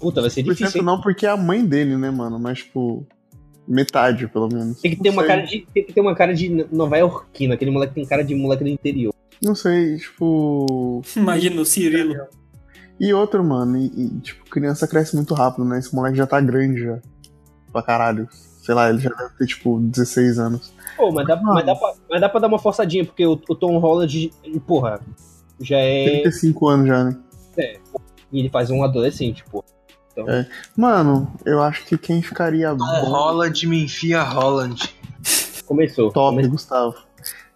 Puta, vai ser 15% difícil. hein? não, porque é a mãe dele, né, mano? Mas, tipo, metade, pelo menos. Tem que ter Não uma sei. cara de. Tem que ter uma cara de Nova Yorkina. Aquele moleque tem cara de moleque do interior. Não sei, tipo. Imagina o Cirilo. E outro, mano, e, e, tipo, criança cresce muito rápido, né? Esse moleque já tá grande já. Pra caralho. Sei lá, ele já deve ter, tipo, 16 anos. Pô, mas dá, mas, dá pra, mas dá pra dar uma forçadinha, porque o, o Tom Holland, porra, já é. 35 anos já, né? é, e ele faz um adolescente, porra. Então, É. Mano, eu acho que quem É, ficaria bom. Holland me enfia Holland. Começou. Top, Gustavo.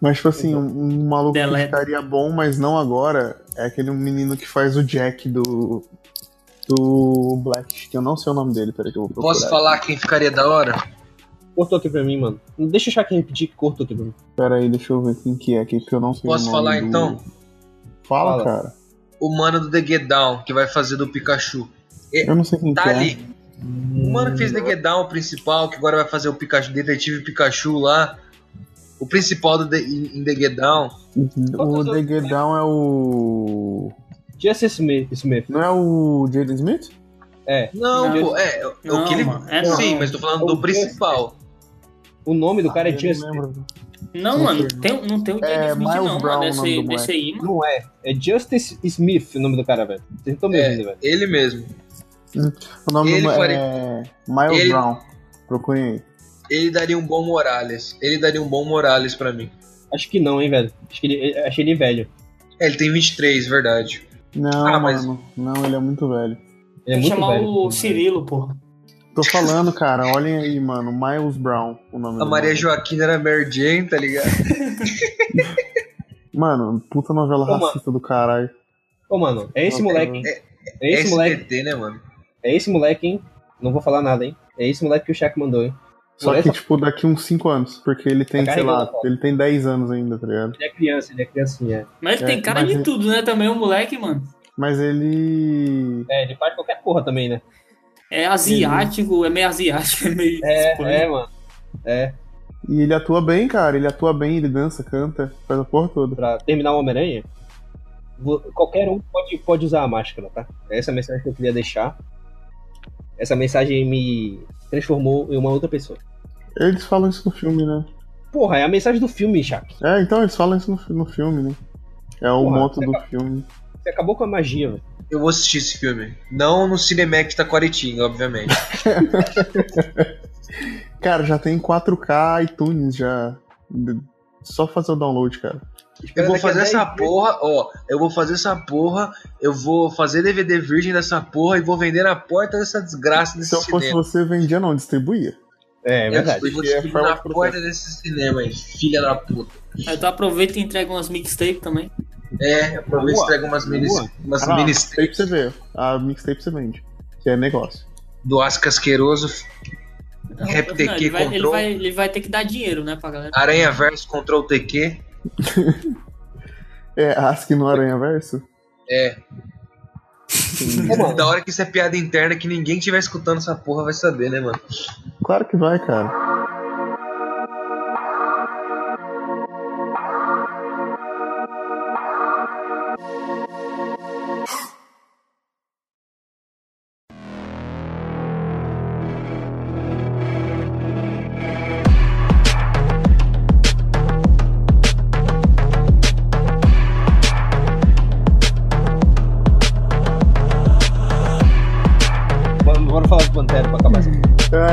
Mas, tipo Então, assim, um, um maluco que ficaria bom, mas não agora, é aquele menino que faz o Jack do. Do Black, que eu não sei o nome dele, peraí que eu vou procurar. Posso falar quem ficaria da hora? Cortou aqui pra mim, mano. Deixa eu achar quem repetir que cortou aqui pra mim. Pera aí, deixa eu ver quem que é aqui, porque eu não sei Posso o nome falar, do- então? Fala, Fala. cara. O mano do The Get Down, que vai fazer do Pikachu. É, Eu não sei quem tá que é. ali. O mano que fez The Get Down, o principal, que agora vai fazer o Pikachu, Detetive Pikachu lá. O principal do The, em em The Get Down. O The Get Down é o. Jesse Smith. Smith. Não é o Jaden Smith? É. Não, Não. pô, é, é Não, o que ele. mano, é Sim, não. mas tô falando É do o Jesse. principal. O nome do cara Ah, eu é não Justin. lembro. Não, mano, tem- um, não tem o Jaden É, Smith, Miles não, Brown, mano. o Desse, nome do desse aí, mano. Não é. É Justice Smith o nome do cara, velho. Vocês não estão me ouvindo, velho. Ele mesmo. O nome Ele do faria- é. Miles Ele- Brown. Procurem aí. Ele daria um bom Morales. Ele daria um bom Morales pra mim. Acho que não, hein, velho. Acho que ele, achei ele velho. É, ele tem 23, verdade. Não, Ah, mas- mano. Não, ele é muito velho. Ele é Tem muito que chamar velho. o Cirilo, porra. Tô falando, cara, olhem aí, mano. Miles Brown, o nome A do Maria Hum. mano. Joaquina era Mary Jane, tá ligado? Mano, puta novela Ô, mano. racista do caralho. Ô, mano, é esse Nossa, moleque. hein? mano. É esse moleque. SBT, né, mano? É esse moleque, hein? Não vou falar nada, hein? É esse moleque que o Shaq mandou, hein? Só Moleque, que, tipo, daqui uns 5 anos. Porque ele tem, Tá sei lá, carregando a bola. ele tem 10 anos ainda, tá ligado? Ele é criança, ele é criancinha. Mas É, tem cara mas de ele- tudo, né? Também o moleque, mano. Mas ele. É, ele faz qualquer porra também, né? É asiático, é meio asiático, é meio. É, espanhol. é, mano. É, E ele atua bem, cara. Ele atua bem, ele dança, canta, faz a porra toda. pra terminar o Homem-Aranha, vo- qualquer um pode, pode usar a máscara, tá? Essa é a mensagem que eu queria deixar. Essa mensagem me transformou em uma outra pessoa. Eles falam isso no filme, né? Porra, é a mensagem do filme, Shaq. É, então eles falam isso no, fi- no filme, né? É o Porra, moto do legal. filme. Você acabou com a magia, velho. Eu vou assistir esse filme. Não no Cinemax da Quaretinga, obviamente. Cara, já tem 4K iTunes já. D- Só fazer o download, cara. Eu Espera vou daqui a fazer 10 essa dias. porra, ó. Eu vou fazer essa porra, eu vou fazer DVD virgem dessa porra e vou vender na porta dessa desgraça desse Se eu fosse cinema. você, vendia não, distribuía. É, é verdade. Eu vou Porque é distribuir forma na de processo. porta desse cinema, aí, filha da puta. Aí tu aproveita e entrega umas mixtape também. É, aproveita e Boa. entrega umas minis, Boa. umas Ah, não, a minis mixtape você vê. A mixtape você vende. Que é negócio. do As Casqueiroso, Rap Não, TQ ele, vai, ele, Control. vai, ele vai ter que dar dinheiro, né, pra galera. Aranha Verso Control TQ. É, Ask no Aranha Verso? É. da hora que isso é piada interna que ninguém que estiver escutando essa porra vai saber, né, mano? Claro que vai, cara. Bora- Bora falar de Pantera pra acabar essa Ai,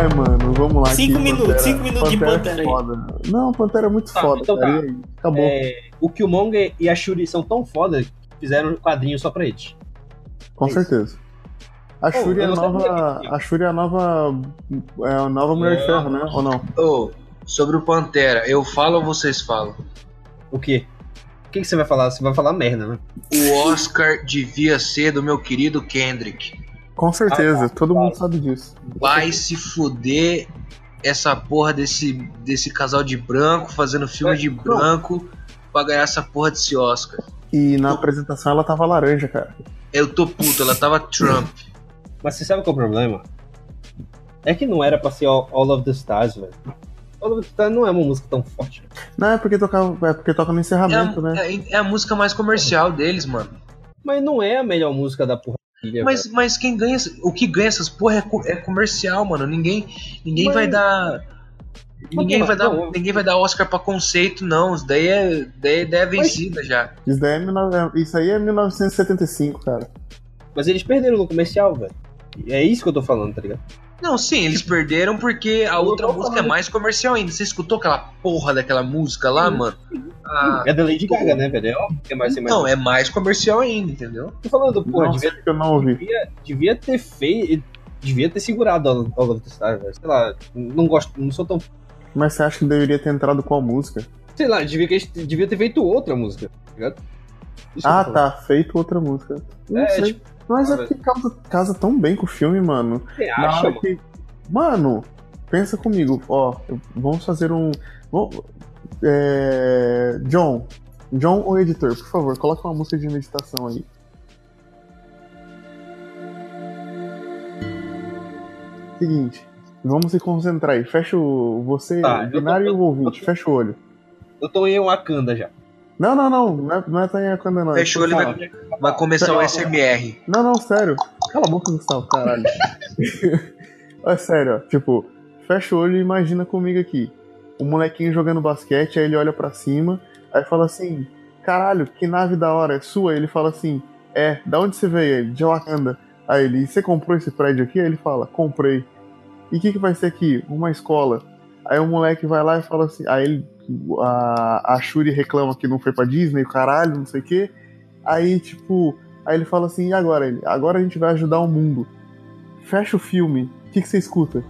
É, mano, vamos lá. Cinco aqui, minutos, cinco minutos de Pantera é aí. foda. Não, Pantera é muito foda, então cara. tá. E aí? Acabou. É, o Killmonger e a Shuri são tão foda que fizeram um quadrinho só pra eles. Com certeza. A é Pô, Shuri, é eu a gostei nova, a Shuri é a nova. É a nova Mulher de Ferro, né? Ou não? Ô, sobre o Pantera, eu falo ou vocês falam? O quê? O que, que você vai falar? Você vai falar merda, né? O Oscar devia ser do meu querido Kendrick. Com Ah, certeza, tá, todo mundo sabe disso. Vai se fuder essa porra desse, desse casal de branco fazendo filme de branco pra ganhar essa porra desse Oscar. E na apresentação ela tava laranja, cara. Eu tô puto, ela tava Trump. Mas você sabe qual é o problema? É que não era pra ser All, All of the Stars, velho. All of the Stars não é uma música tão forte. velho. Não, é porque tocava. É porque toca no É encerramento, né? a, é- é a música mais comercial deles, mano. Mas não é a melhor música da porra. Mas, mas quem ganha. O que ganha essas porra é, co- é comercial, mano. Ninguém, ninguém Mas- vai dar. Ninguém porra, vai dar, um- não, eu- ninguém vai dar Oscar pra conceito, não. Isso daí é, daí, daí é vencida já. Isso, daí é 19 isso aí é 1975, cara. Mas eles perderam no comercial, velho. E É isso que eu tô falando, tá ligado? Não, sim, eles perderam porque a outra música é mais comercial ainda. Você escutou aquela porra daquela música lá, mano? Ah, é da Lady Gaga, né, velho? É óbvio que é mais, ser mais Não, é mais comercial ainda, entendeu? Tô falando, pô, Nossa, devia, que eu não ouvi. devia, devia ter feito. Devia ter segurado All, All of the Stars, velho. Sei lá, não gosto, não sou tão. Mas você acha que deveria ter entrado qual música? Sei lá, devia, que- devia ter feito outra música, tá ligado? Isso que eu ah, tô falando. tá, feito outra música. Não É, sei. tipo, Mas é cara, porque casa, casa tão bem com o filme, mano. Você Na acha, hora mano? que- Mano, pensa comigo, ó, vamos fazer um. vamos- é, John, John, o editor, por favor, coloca uma música de meditação aí. Seguinte, vamos se concentrar aí. Fecha o. Você, Tá, eu tô- binário e o ouvinte, fecha o olho. Eu tô em Wakanda já. Não, não, não, não é, não é Tanha Kanda, não. Fecha o olho e vai, vai começar o SMR. Não, não, sério. Cala a boca, Gustavo, caralho. é sério, ó. Tipo, fecha o olho e imagina comigo aqui. O molequinho jogando basquete, aí ele olha pra cima, aí fala assim: Caralho, que nave da hora, é sua? Aí ele fala assim: É, da onde você veio? Aí Ele, de Wakanda. Aí ele: "E Você comprou esse prédio aqui? Aí ele fala: Comprei. E o que, que vai ser aqui? Uma escola. Aí o moleque vai lá e fala assim: Aí ele, a, a Shuri reclama que não foi pra Disney, caralho, não sei o quê. Aí, tipo, aí ele fala assim, e agora? Ele, agora a gente vai ajudar o mundo. Fecha o filme. O que, que você escuta?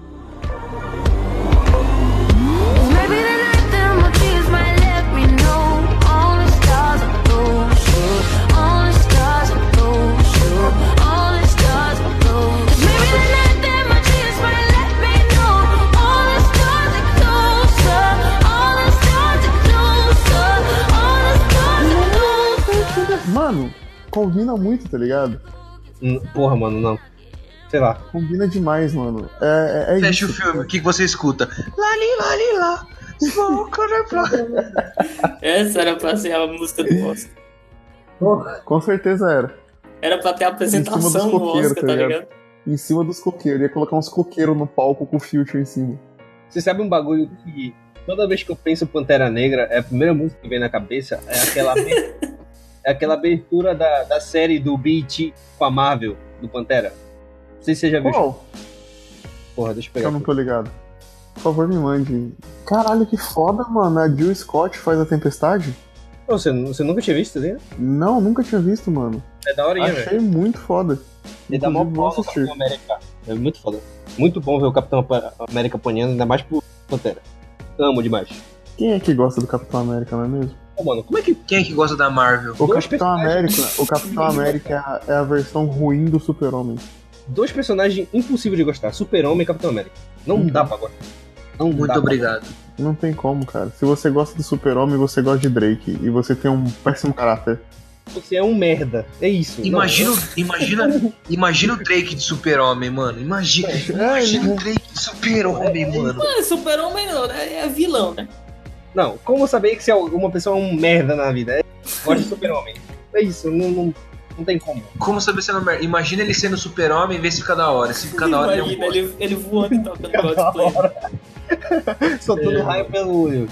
Maybe the night that my tears might let me know. All the stars are blue, sure. All the stars are blue, sure. All the stars are blue. Maybe the night that my tears might let me know. All the stars are closer. All the stars are closer. All the stars are closer. Mano, combina muito, tá ligado? Hum, Porra, mano, não. Sei lá. Combina demais, mano. É, é, é isso. Fecha o filme, o que que você escuta? Lali, lali, lá. Smoke on the floor. Ah. Essa era pra ser a música do Oscar. Com certeza era. Era pra ter a em cima apresentação dos do coqueiros, Oscar, tá ligado? ligado? Em cima dos coqueiros. Ia colocar uns coqueiros no palco com o Future em cima. Você sabe um bagulho que toda vez que eu penso em Pantera Negra, é a primeira música que vem na cabeça é aquela abe- é aquela abertura da, da série do BT com a Marvel do Pantera. Não sei se você já viu. Qual? Porra, deixa eu pegar. Eu não tô ligado. Por favor, me mande. Caralho, que foda, mano. A Jill Scott faz a tempestade? aqui. Ô, Você, você nunca tinha visto, né? Não, nunca tinha visto, mano. É da horinha, Achei velho. muito foda. Ele dá mó Inclusive, vou bola no assistir. Capitão América. É muito foda. Muito bom ver o Capitão Apa- América apanhando, ainda mais pro Pantera. Amo demais. Quem é que gosta do Capitão América, não é mesmo? Ô, mano, como é que. Quem é que gosta da Marvel? O Dois Capitão América, personagens- o Capitão América é a, é a versão ruim do Super-Homem. Dois personagens impossíveis de gostar: Super-Homem e Capitão América. Não dá pra gostar. Não dá Uhum. Muito pra- obrigado. Não tem como, cara. Se você gosta do Super-Homem, você gosta de Drake. E você tem um péssimo caráter. Você é um merda. É isso. Não, Imagina, eu- imagina, imagina o Drake de super-homem, mano. Imagina, imagina o Drake de super-homem, mano. Não é super-homem, não, né? É vilão, né? Não, como saber que se uma pessoa é um merda na vida? É- Gosta de super-homem. É isso, não, não, não tem como. Como saber se ele é um merda? Imagina ele sendo super-homem e ver se fica da hora. Se fica da hora, ele é um Imagina, ele, ele voando e tocando É cosplay. Soltando raio pelo olho.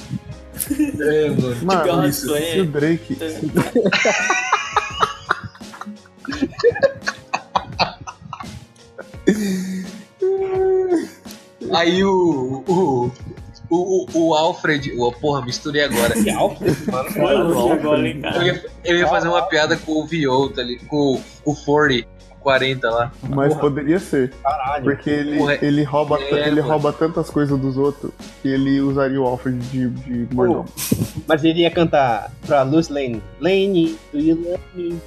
É, mano. Mano, Garra se sonha. se o Drake. se- Aí o. O, o, o Alfred. Oh, porra, misturei agora. Que Alfred, mano? Foi longe agora, hein, Eu cara. ia, eu ia fazer uma piada com o VO, tá ali, com o- o 40, 40 lá. Mas poderia ser. Caralho. Porque ele, Porra, ele, rouba, é, ta- ele mano. rouba tantas coisas dos outros que ele usaria o Alfred de, de mordomo. Mas ele ia cantar pra Lucy Lane. Lane, do you love me?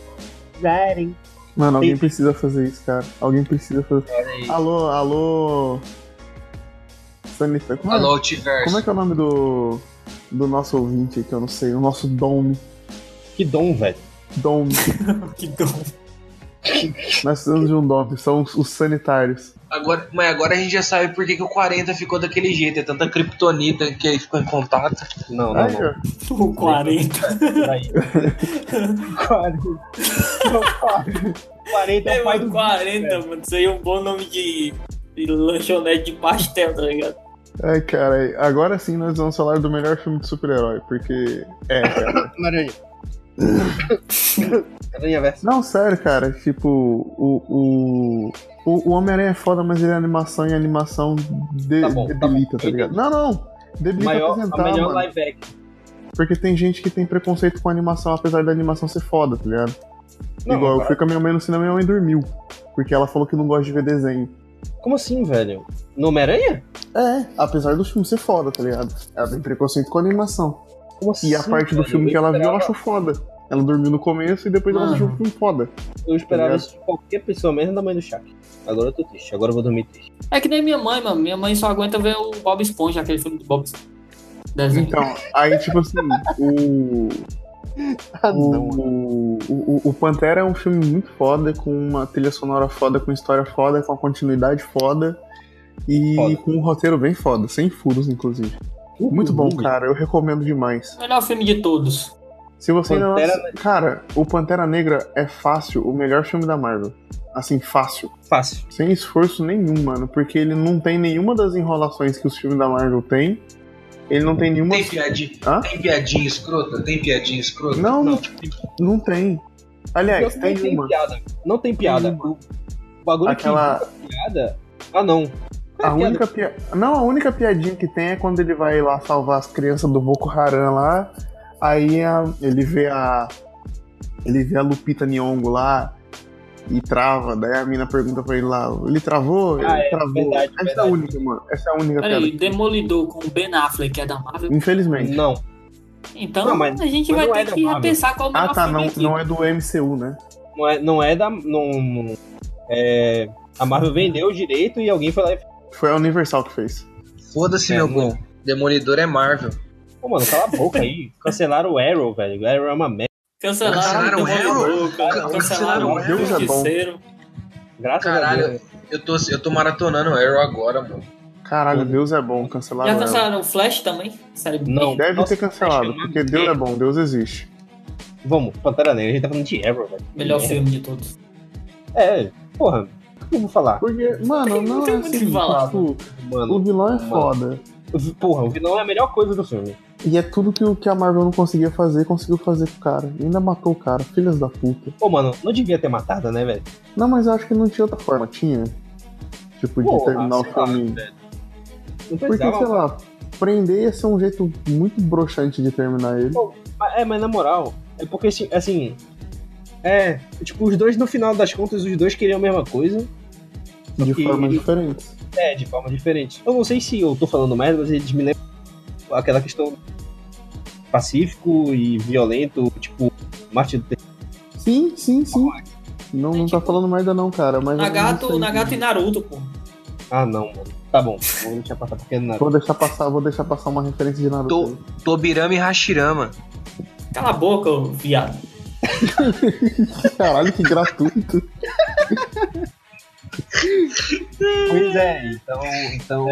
Riding. Mano, alguém Sim. precisa fazer isso, cara. Alguém precisa fazer. Alô, alô. Sanita. Como, é- Alô, Altiverso. como é que é o nome do. Do nosso ouvinte aí, que eu não sei, o nosso Dom. Que dom, velho. Dom. Que dom. Nós precisamos de um Dom, são os, os sanitários. Agora, mas agora a gente já sabe por que, que o 40 ficou daquele jeito. É tanta kryptonita que ele ficou em contato. Não, não, Aí, não. ó. O 40. Peraí. 40. Não, 40 é É, o pai mas do 40, mano. Isso aí é um bom nome de, de lanchonete de pastel, tá ligado? Ai, cara, agora sim nós vamos falar do melhor filme de super-herói, porque. É, cara. Aranha. Aranha verso. Não, sério, cara, tipo, o. o... O, o Homem-Aranha é foda, mas ele é animação e a animação de, Tá bom, tá bom. debilita, tá ligado? Não, não! Debilita Maior, a apresentar, melhor mano. live action. Porque tem gente que tem preconceito com animação, apesar da animação ser foda, tá ligado? Não, Igual, eu cara. fui com a minha mãe no cinema e minha mãe dormiu. Porque ela falou que não gosta de ver desenho. Como assim, velho? No Homem-Aranha? É, apesar do filme ser foda, tá ligado? Ela tem preconceito com a animação. Como assim? E a parte do velho? filme Eu que ela viu, ela esperava- Ah. achou foda. Ela dormiu no começo e depois ela Mano. achou o filme foda. Eu esperava Tá isso de qualquer pessoa, menos da mãe do Shaq. Agora eu tô triste, agora eu vou dormir triste. É que nem minha mãe, mano. Minha mãe só aguenta ver o Bob Esponja, aquele filme do Bob Esponja. Desenho. Então, aí, tipo assim, o. Ah, O, o, o Pantera é um filme muito foda, com uma trilha sonora foda, com história foda, com uma continuidade foda e Foda. com um roteiro bem foda, sem furos, inclusive. Muito bom, Uhum. cara, eu recomendo demais. Melhor filme de todos. Se você ainda Pantera não. Cara, o Pantera Negra é fácil, o melhor filme da Marvel. Assim, fácil. Fácil. Sem esforço nenhum, mano, porque ele não tem nenhuma das enrolações que os filmes da Marvel têm. Ele não tem nenhuma. Tem piadinha, assim? Hã? tem piadinha escrota? Tem piadinha escrota? Não, não, tipo, não tem. Aliás, Não tem tem É, tá uma. piada. Não tem piada. O bagulho Aquela- que tem piada. Ah, não. Qual é A única pia... Não, a única piadinha que tem é quando ele vai lá salvar as crianças do Boko Haram lá. Aí a- ele vê a. Ele vê a Lupita Nyong'o lá e trava. Daí a mina pergunta pra ele lá, ele travou? Ele Ah, é, travou. verdade, Essa é a verdade. única, mano. Essa é a única piada. Peraí, Demolidor com o Ben Affleck, que é da Marvel. Infelizmente. Não. Então Não, mas- a gente mas vai não é ter da que Marvel. repensar qual o melhor Ah tá, filme não, aqui. não é do MCU, né? Não é, não é da. Não, é, a Marvel vendeu o direito e alguém foi lá e falou: Foi a Universal que fez. Foda-se, É, meu não. bom. Demolidor é Marvel. Pô, mano, cala a boca aí. Cancelaram o Arrow, velho. O Arrow é uma merda. Cancelaram o Cancelaram o né? Demolidor, cara. Cancelaram Cancelaram o o Deus é bom. Justiceiro. Graças a Caralho, Deus. eu tô, eu tô maratonando o Arrow agora, mano. Caralho, Deus é bom, cancelaram. Uhum. Já ela. cancelaram tá o Flash também? Série B? Não. Deve ter Nossa, cancelado, acho que é uma porque Deus é merda. bom, Deus existe. Vamos, Pantera Negra. A gente tá falando de Arrow, velho. Melhor É. filme de todos. É, porra. O que eu vou falar? Porque, mano, Tem- não tem é muito o que assim, falar, tipo, Mano, o vilão é Mano. foda. o- porra, o vilão é a melhor coisa do filme. E é tudo que, o- que a Marvel não conseguia fazer, conseguiu fazer com o cara. E ainda matou o cara, filhas da puta. Pô, mano, não devia ter matado, né, velho? Não, mas eu acho que não tinha outra forma, tinha. Tipo, de Porra, terminar o sei lá, filme. Não Porque, precisava. sei lá, prender ia ser um jeito muito broxante de terminar ele. Mas- É, mas na moral, é porque assim- assim. É, tipo, os dois, no final das contas, os dois queriam a mesma coisa. De que- formas diferentes. É, de forma diferente. Eu não sei se eu tô falando merda, mas eles me lembram aquela questão pacífico e violento, tipo, Martin Luther Sim, sim, sim. Não, não tá tipo, falando merda não, cara. Mas é eu não Nagato, sei. Nagato e Naruto, pô. Ah, não, mano. Tá bom, vou deixar passar porque não. Vou deixar passar, vou deixar passar uma referência de Naruto. Tô, Tobirama e Hashirama. Cala a boca, ô viado. Caralho, que gratuito. Pois é, então. então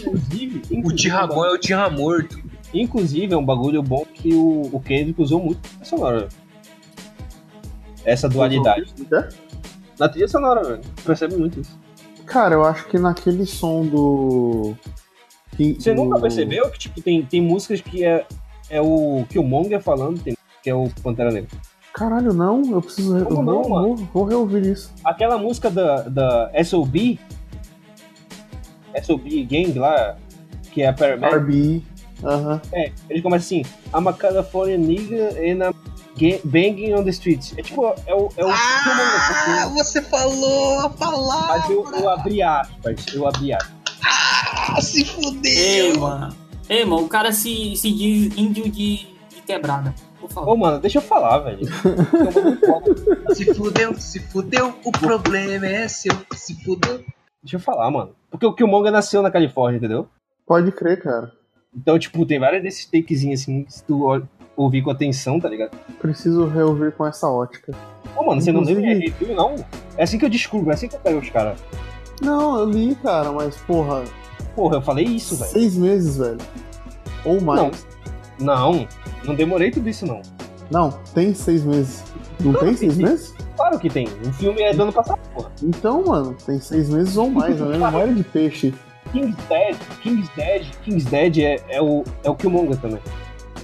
inclusive, O Tirramon é o Tirra Morto. um Inclusive, é um bagulho bom que o, o Kendrick usou muito na trilha sonora. Essa dualidade. É? Na trilha sonora, velho. Percebe muito isso. Cara, eu acho que naquele som do. que- Você do- nunca percebeu que tipo, tem, tem músicas que é, é o Killmonger falando, tem, que é o Pantera Negra. Caralho, não, eu preciso. eu Como não, vou, vou, vou reouvir isso. Aquela música da, da SOB, SOB Gang lá, que é a Paramedic. RBE. Aham. É, ele começa assim, I'm a California nigga and I'm ga- banging on the streets. É tipo, é o... É o Ah, você falou a palavra! Mas eu, eu abri aspas, eu abri aspas. Ah, se fudeu! Ei, mano. Ei, mano, o cara se, se diz índio de, de quebrada. Por favor. Ô, mano, deixa eu falar, velho. Se fudeu, se fudeu, o problema é seu. Se fudeu. Deixa eu falar, mano. Porque o Killmonger nasceu na Califórnia, entendeu? Pode crer, cara. Então, tipo, tem várias desses takezinhos assim, que se tu ol- ouvir com atenção, tá ligado? Preciso reouvir com essa ótica. Ô, mano, você não lembra de Inclusive- review, não? É assim que eu descubro, é assim que eu pego os caras. Não, eu li, cara, mas porra. Porra, eu falei isso, velho. Seis meses, velho. Ou mais. Não, não, não demorei tudo isso, não. Não, tem seis meses. Não tem seis meses? Claro que tem. O filme é do ano passado, porra. Então, mano, tem seis meses ou mais. A minha memória de peixe. King's Dead, King's Dead, King's Dead é, é, o, é o Killmonger também.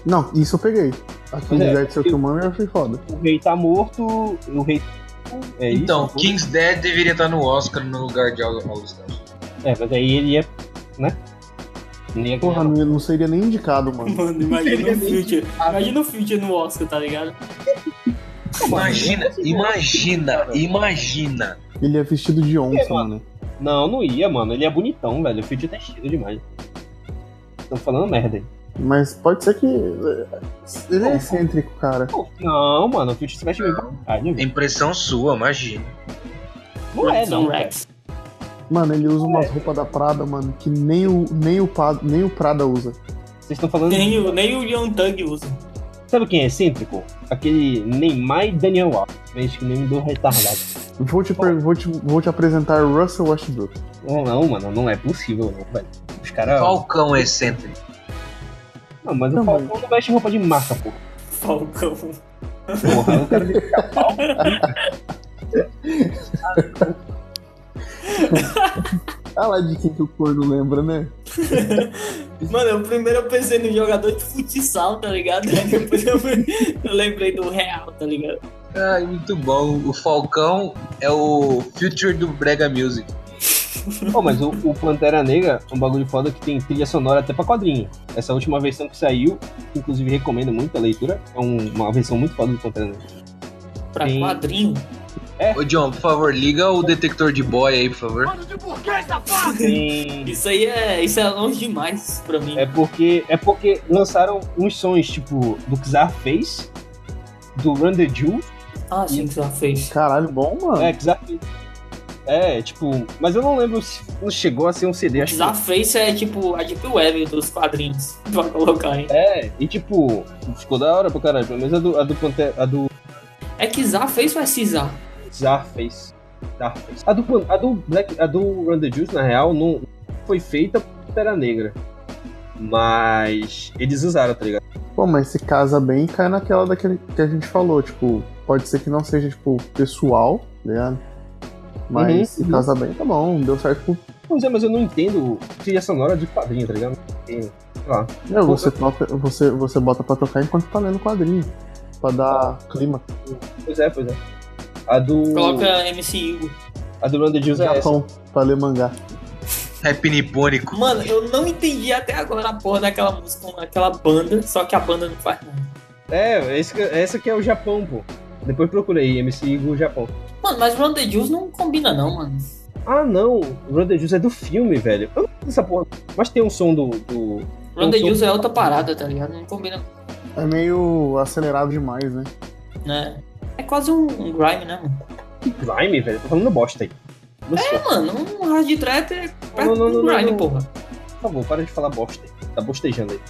Não, isso eu peguei. Aqui Pois no é, Dead Seu eu- Killmonger eu achei foda. O rei tá morto, o rei. É então, isso? King's Dead deveria estar no Oscar no lugar de All All Stars. É, mas aí ele é. né? Ele é Porra, não, ia- não seria nem indicado, mano. Mano, imagina o Future. Imagina o Future no Oscar, tá ligado? Imagina, imagina, imagina. Ele é vestido de onça, É, mano. mano. Não, não ia, mano. Ele é bonitão, velho. O Fitch tá estilo demais. Estão falando merda aí. Mas pode ser que. Ele é excêntrico, cara. Pô, Não, mano. O Fitch se mexe bem pra caralho. velho. Impressão sua, imagina. Não é, não. velho. um Rex. Mano, ele usa umas roupas da Prada, mano, que nem o, nem o, Pa- nem o Prada usa. Vocês estão falando. Nem o, nem o Young Thug usa. Sabe quem é excêntrico? Aquele Neymar e Daniel Alves. Vez que nem do retardado. Vou te, per- vou te, vou te apresentar Russell Westbrook. Não, não, mano. Não é possível, não, velho. Os Ah. caras. Falcão excêntrico. Não, mas o Não, Falcão não veste roupa de marca, pô. Falcão. Porra, eu quero ver Ah lá de quem que o corno lembra, né? Mano, eu primeiro eu pensei no jogador de futsal, tá ligado? Aí depois eu, eu lembrei do Real, tá ligado? Ai, muito bom. O Falcão é o future do Brega Music. Pô, mas o, o Pantera Negra é um bagulho foda que tem trilha sonora até pra quadrinho. Essa última versão que saiu, que inclusive recomendo muito a leitura, é um- uma versão muito foda do Pantera Negra. Pra Sim. quadrinho. Ô, John, por favor, liga o detector de boy aí, por favor. Tem- Isso aí é, isso é longe demais pra mim. É porque é porque lançaram uns sons tipo do Xar fez, do Run the Jewel. Ah, sim, que já fez. Caralho, bom, mano. É, Xar fez. É, tipo, mas eu não lembro se não chegou a ser um CD, acho que Zaface é tipo a Deep Web dos quadrinhos, pra colocar aí. é, e tipo, ficou da hora pra caralho, pelo menos a do, a do, Pantera, a do É que Zaface ou é Cizar? Zarface. Zarface. A do, Pan- a do, Black, a do Run the Juice, na real, não foi feita por Pantera Negra. Mas eles usaram, tá ligado? Pô, mas se casa bem cai naquela daquele que a gente falou, tipo, pode ser que não seja, tipo, pessoal, né? Mas Uhum, se uhum. casa bem, tá bom, deu certo pro. Pois é, mas eu não entendo trilha sonora de quadrinho, tá ligado? Sei lá. É, você, toca, você, você bota pra tocar enquanto tá lendo quadrinho. Pra dar clima. Pois é, pois é. A do. Coloca MCU. A do Run the Juice é essa. Japão, pra ler mangá. Rap nipônico. Mano, eu não entendi até agora a porra daquela música, aquela banda, só que a banda não faz nada. É, esse, que- essa que é o Japão, pô. Depois procurei, MC Igor Japão. Mano, mas Run the Juice não combina não, mano. Ah, não, Run the Juice é do filme, velho. Eu não sei essa porra. Mas tem um som do. do... Run the Eu tô- Juice é outra parada, tá ligado? Não combina, É meio acelerado demais, né? né? É quase um, um grime, né, mano? Que grime, velho. Tô falando bosta aí. Mas, É, mano, um hard trap é perto Não, não, do não, grime, não. porra. Por favor, para de falar bosta. aí. Tá bostejando aí.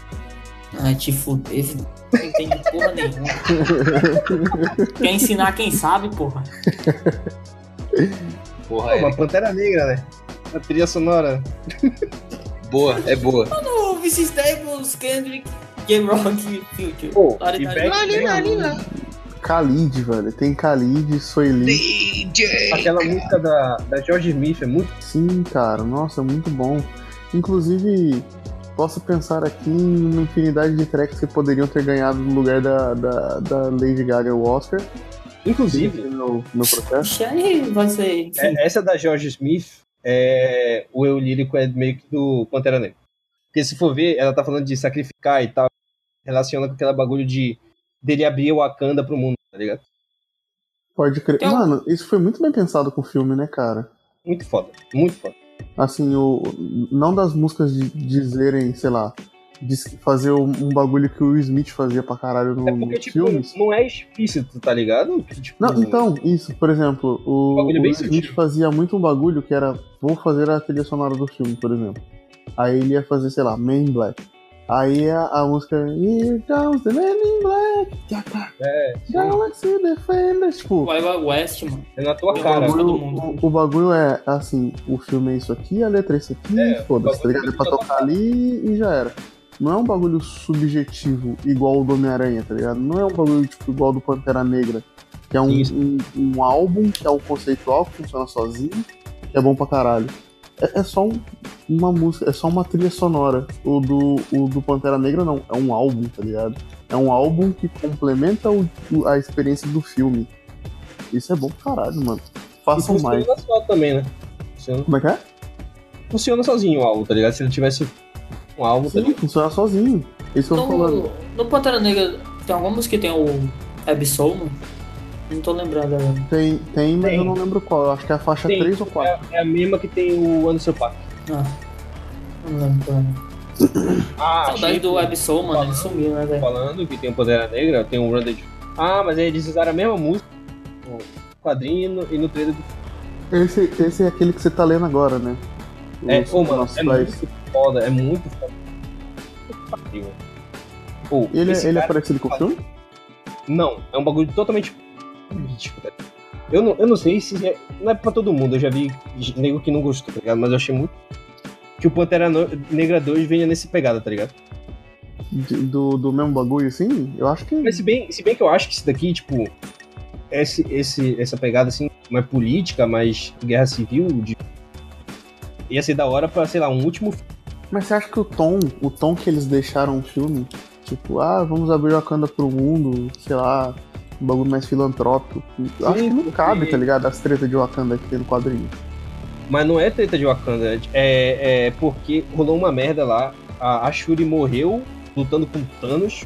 Ai, Ah, te fudeu. Não entende porra nenhuma. Quer ensinar quem sabe, porra. Porra, é. Uma Pantera Negra, né? A trilha sonora. boa, é boa. Mano, Vince Staples, Kendrick, Game Rock, Future. tá Pô, Lari, e lari, Back lari, lari, lari. Khalid, velho. Tem Khalid, Soeli. Aquela música da, da George Smith é muito. Sim, cara. Nossa, é muito bom. Inclusive, posso pensar aqui em uma infinidade de tracks que poderiam ter ganhado no lugar da, da, da Lady Gaga o Oscar. Inclusive. No, no processo. Deixa aí, você. Enfim. É, essa da George Smith, é, o eu lírico é meio que do Pantera Negra. Porque se for ver, ela tá falando de sacrificar e tal, relaciona com aquele bagulho de dele abrir o Wakanda pro mundo, tá ligado? Pode crer. Então- Mano, isso foi muito bem pensado com o filme, né, cara? Muito foda, muito foda. Assim, o, não das músicas de, dizerem, sei lá, diz- fazer um, um bagulho que o Will Smith fazia pra caralho no, Porque, nos tipo, filmes. não é explícito, tá ligado? Que, tipo, Não, então, isso, por exemplo, o, o Bagulho é bem Will Smith fazia muito um bagulho que era vou fazer a trilha sonora do filme, por exemplo. Aí ele ia fazer, sei lá, Man in Black. Aí a, a música Here comes the Man in Black, É, Galaxy Defender, tipo, Wild Wild West, mano. é na tua Eu cara. amo todo bagulho- mundo. o, o bagulho é assim, o filme é isso aqui, a letra é isso aqui, foda-se, tá ligado? É pra tocar ali e já era. Não é um bagulho subjetivo igual o do Homem-Aranha, tá ligado? Não é um bagulho tipo igual do Pantera Negra, que é um, um, um álbum, que é um conceitual, que funciona sozinho, que é bom pra caralho. É, é só um- uma música, é só uma trilha sonora. O do, o do Pantera Negra não, é um álbum, tá ligado? É um álbum que complementa o- o- a experiência do filme. Isso é bom pra caralho, mano. Façam mais. Funciona só também, né? Funciona, Como é que é? funciona sozinho o álbum, tá ligado? Se não tivesse um álbum, tá Sim, ligado? funciona sozinho. Isso que eu tô Então, falando. No, Então, no Pantera Negra tem alguma música que tem o Absol, mano? Não tô lembrando agora. Tem, tem, mas Tem. eu não lembro qual. Eu acho que é a faixa Tem. 3 ou 4. É, é a mesma que tem o Anderson Paak. Ah, não lembro. Cara. Ah, Saudade do Absol, mano. Ele sumiu, né, velho? falando que tem o Pantera Negra, tem o Randy. Ah, mas aí eles usaram a mesma música no quadrinho e no, e no trailer do Esse, esse é aquele que você tá lendo agora, né? É, Os- pô, mano, nossos é pais. muito foda, é muito foda. Pô, Ele, esse ele é cara- parecido com o filme? Não, é um bagulho totalmente político, velho. Eu não, eu não sei se. é- não é pra todo mundo, eu já vi nego que não gostou, tá ligado? Mas eu achei muito. Que o Pantera No- Negra 2 venha nesse pegada, tá ligado? De- do, do mesmo bagulho, assim? Eu acho que. Mas se bem, se bem que eu acho que isso daqui, tipo. Esse, esse, essa pegada assim, mais política, mais guerra civil, de- ia ser da hora pra, sei lá, um último Mas você acha que o tom, o tom que eles deixaram o filme, tipo, ah, vamos abrir Wakanda pro mundo, sei lá, um bagulho mais filantrópico. Eu acho que não cabe, tá ligado? As tretas de Wakanda que tem no quadrinho. Mas não é treta de Wakanda, é, é porque rolou uma merda lá. A, a Shuri morreu lutando com Thanos.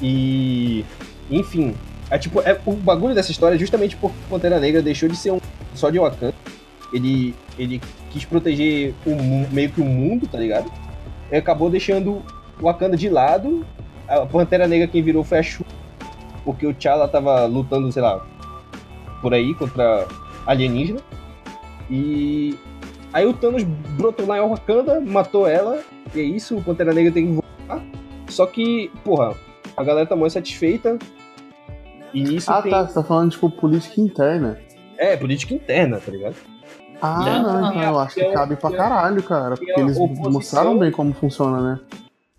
E. Enfim. É tipo, é, o bagulho dessa história é justamente porque o Pantera Negra deixou de ser um só de Wakanda. Ele, ele quis proteger o, mu- meio que o mundo, tá ligado? E acabou deixando o Wakanda de lado. A Pantera Negra quem virou foi a Shuri. Porque o T'Challa tava lutando, sei lá, por aí contra alienígena. E aí o Thanos brotou lá em Wakanda, matou ela, e é isso, o Pantera Negra tem que voltar. Só que, porra, a galera tá muito satisfeita. E isso Ah, tem. tá, você tá falando, tipo, política interna. É, política interna, tá ligado? Ah, Não, não, não, então eu acho que tem a- cabe pra tem a- caralho, cara. tem Porque a eles oposição. mostraram bem como funciona, né?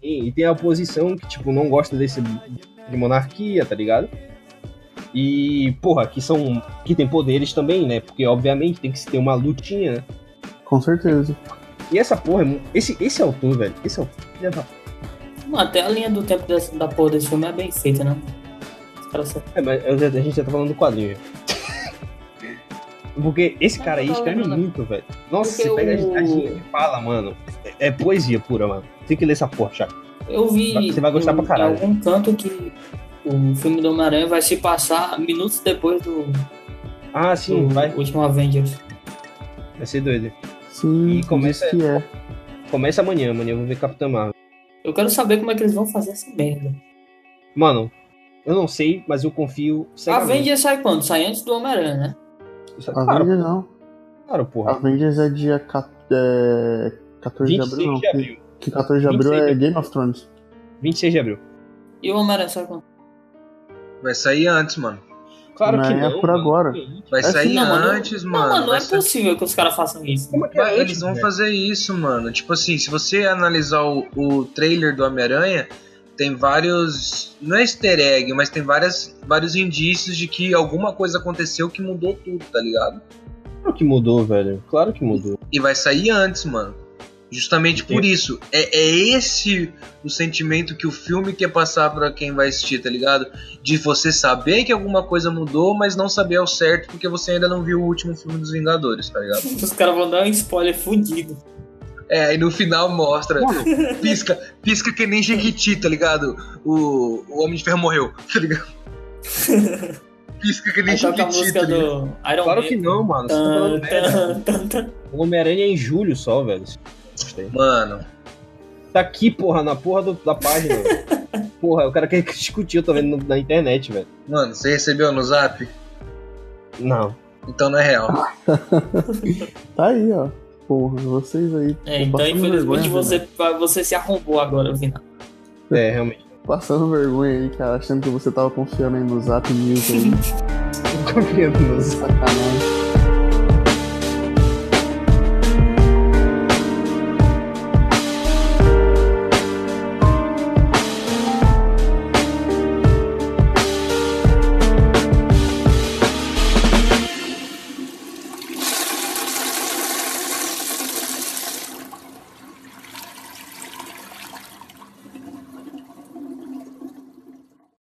E, e tem a oposição que, tipo, não gosta desse de monarquia, tá ligado? E, porra, que são. que tem poderes também, né? Porque, obviamente, tem que se ter uma lutinha, né? Com certeza. E essa porra, é mu- esse, esse autor, velho, esse é autor, filha da Mano, até a linha do tempo desse- da porra desse filme é bem feita, né? Os caras são- É, mas eu já- a gente já tá falando do quadrinho. Porque esse cara aí tá escreve lembrando. muito, velho. Nossa, Porque você pega o- a gíria que fala, mano. É, é poesia pura, mano. Tem que ler essa porra, Chaco. Eu vi. Você vai gostar em- pra caralho. Em algum canto que o filme do Homem-Aranha vai se passar minutos depois do, Ah, sim, do vai. último Avengers. Vai ser doido. Sim, E começa- diz que é. Começa amanhã, amanhã eu vou ver Capitão Marvel. Eu quero saber como é que eles vão fazer essa merda. Mano, eu não sei, mas eu confio cegamente. Avengers sai quando? Sai antes do Homem-Aranha, né? Isso é Claro, Avengers não. claro, porra. Avengers é dia ca- é, 14 de abril, 26 não. de abril. Que 14 de abril 26 de é abril. Game of Thrones. 26 de abril. E o Homem-Aranha sai quando? Vai sair antes, mano. Claro não que não. É por agora. Vai é sair não, antes, mano. Não, mano, não é sair... possível que os caras façam isso. Como é que é Eles vão fazer isso, mano. Tipo assim, se você analisar o, o trailer do Homem-Aranha, tem vários. Não é easter egg, mas tem várias, vários indícios de que alguma coisa aconteceu que mudou tudo, tá ligado? Claro que mudou, velho. Claro que mudou. E vai sair antes, mano. Justamente Entendi. por isso. É, é esse o sentimento que o filme quer passar para quem vai assistir, tá ligado? De você saber que alguma coisa mudou, mas não saber ao certo porque você ainda não viu o último filme dos Vingadores, tá ligado? Os caras vão dar um spoiler fudido. É, e no final mostra. pisca, pisca que nem Jequiti, tá ligado? O, o Homem de Ferro morreu, tá ligado? Pisca que nem Jequiti, tá ligado? Do né? Iron claro Man. que não, mano. ah. Você tan, tá falando tan, tan, O Homem-Aranha é em julho só, velho. Mano. Tá aqui, porra, na porra do, da página. porra, o cara quer discutir, eu tô vendo na internet, velho. Mano, você recebeu no zap? Não. Então não é real. tá aí, ó. Porra, vocês aí. É, então infelizmente vergonha, você, né? você se arrombou agora no final. É, realmente. Passando vergonha aí, cara, achando que você tava confiando aí no zap News aí. confiando no zap. Sacanagem.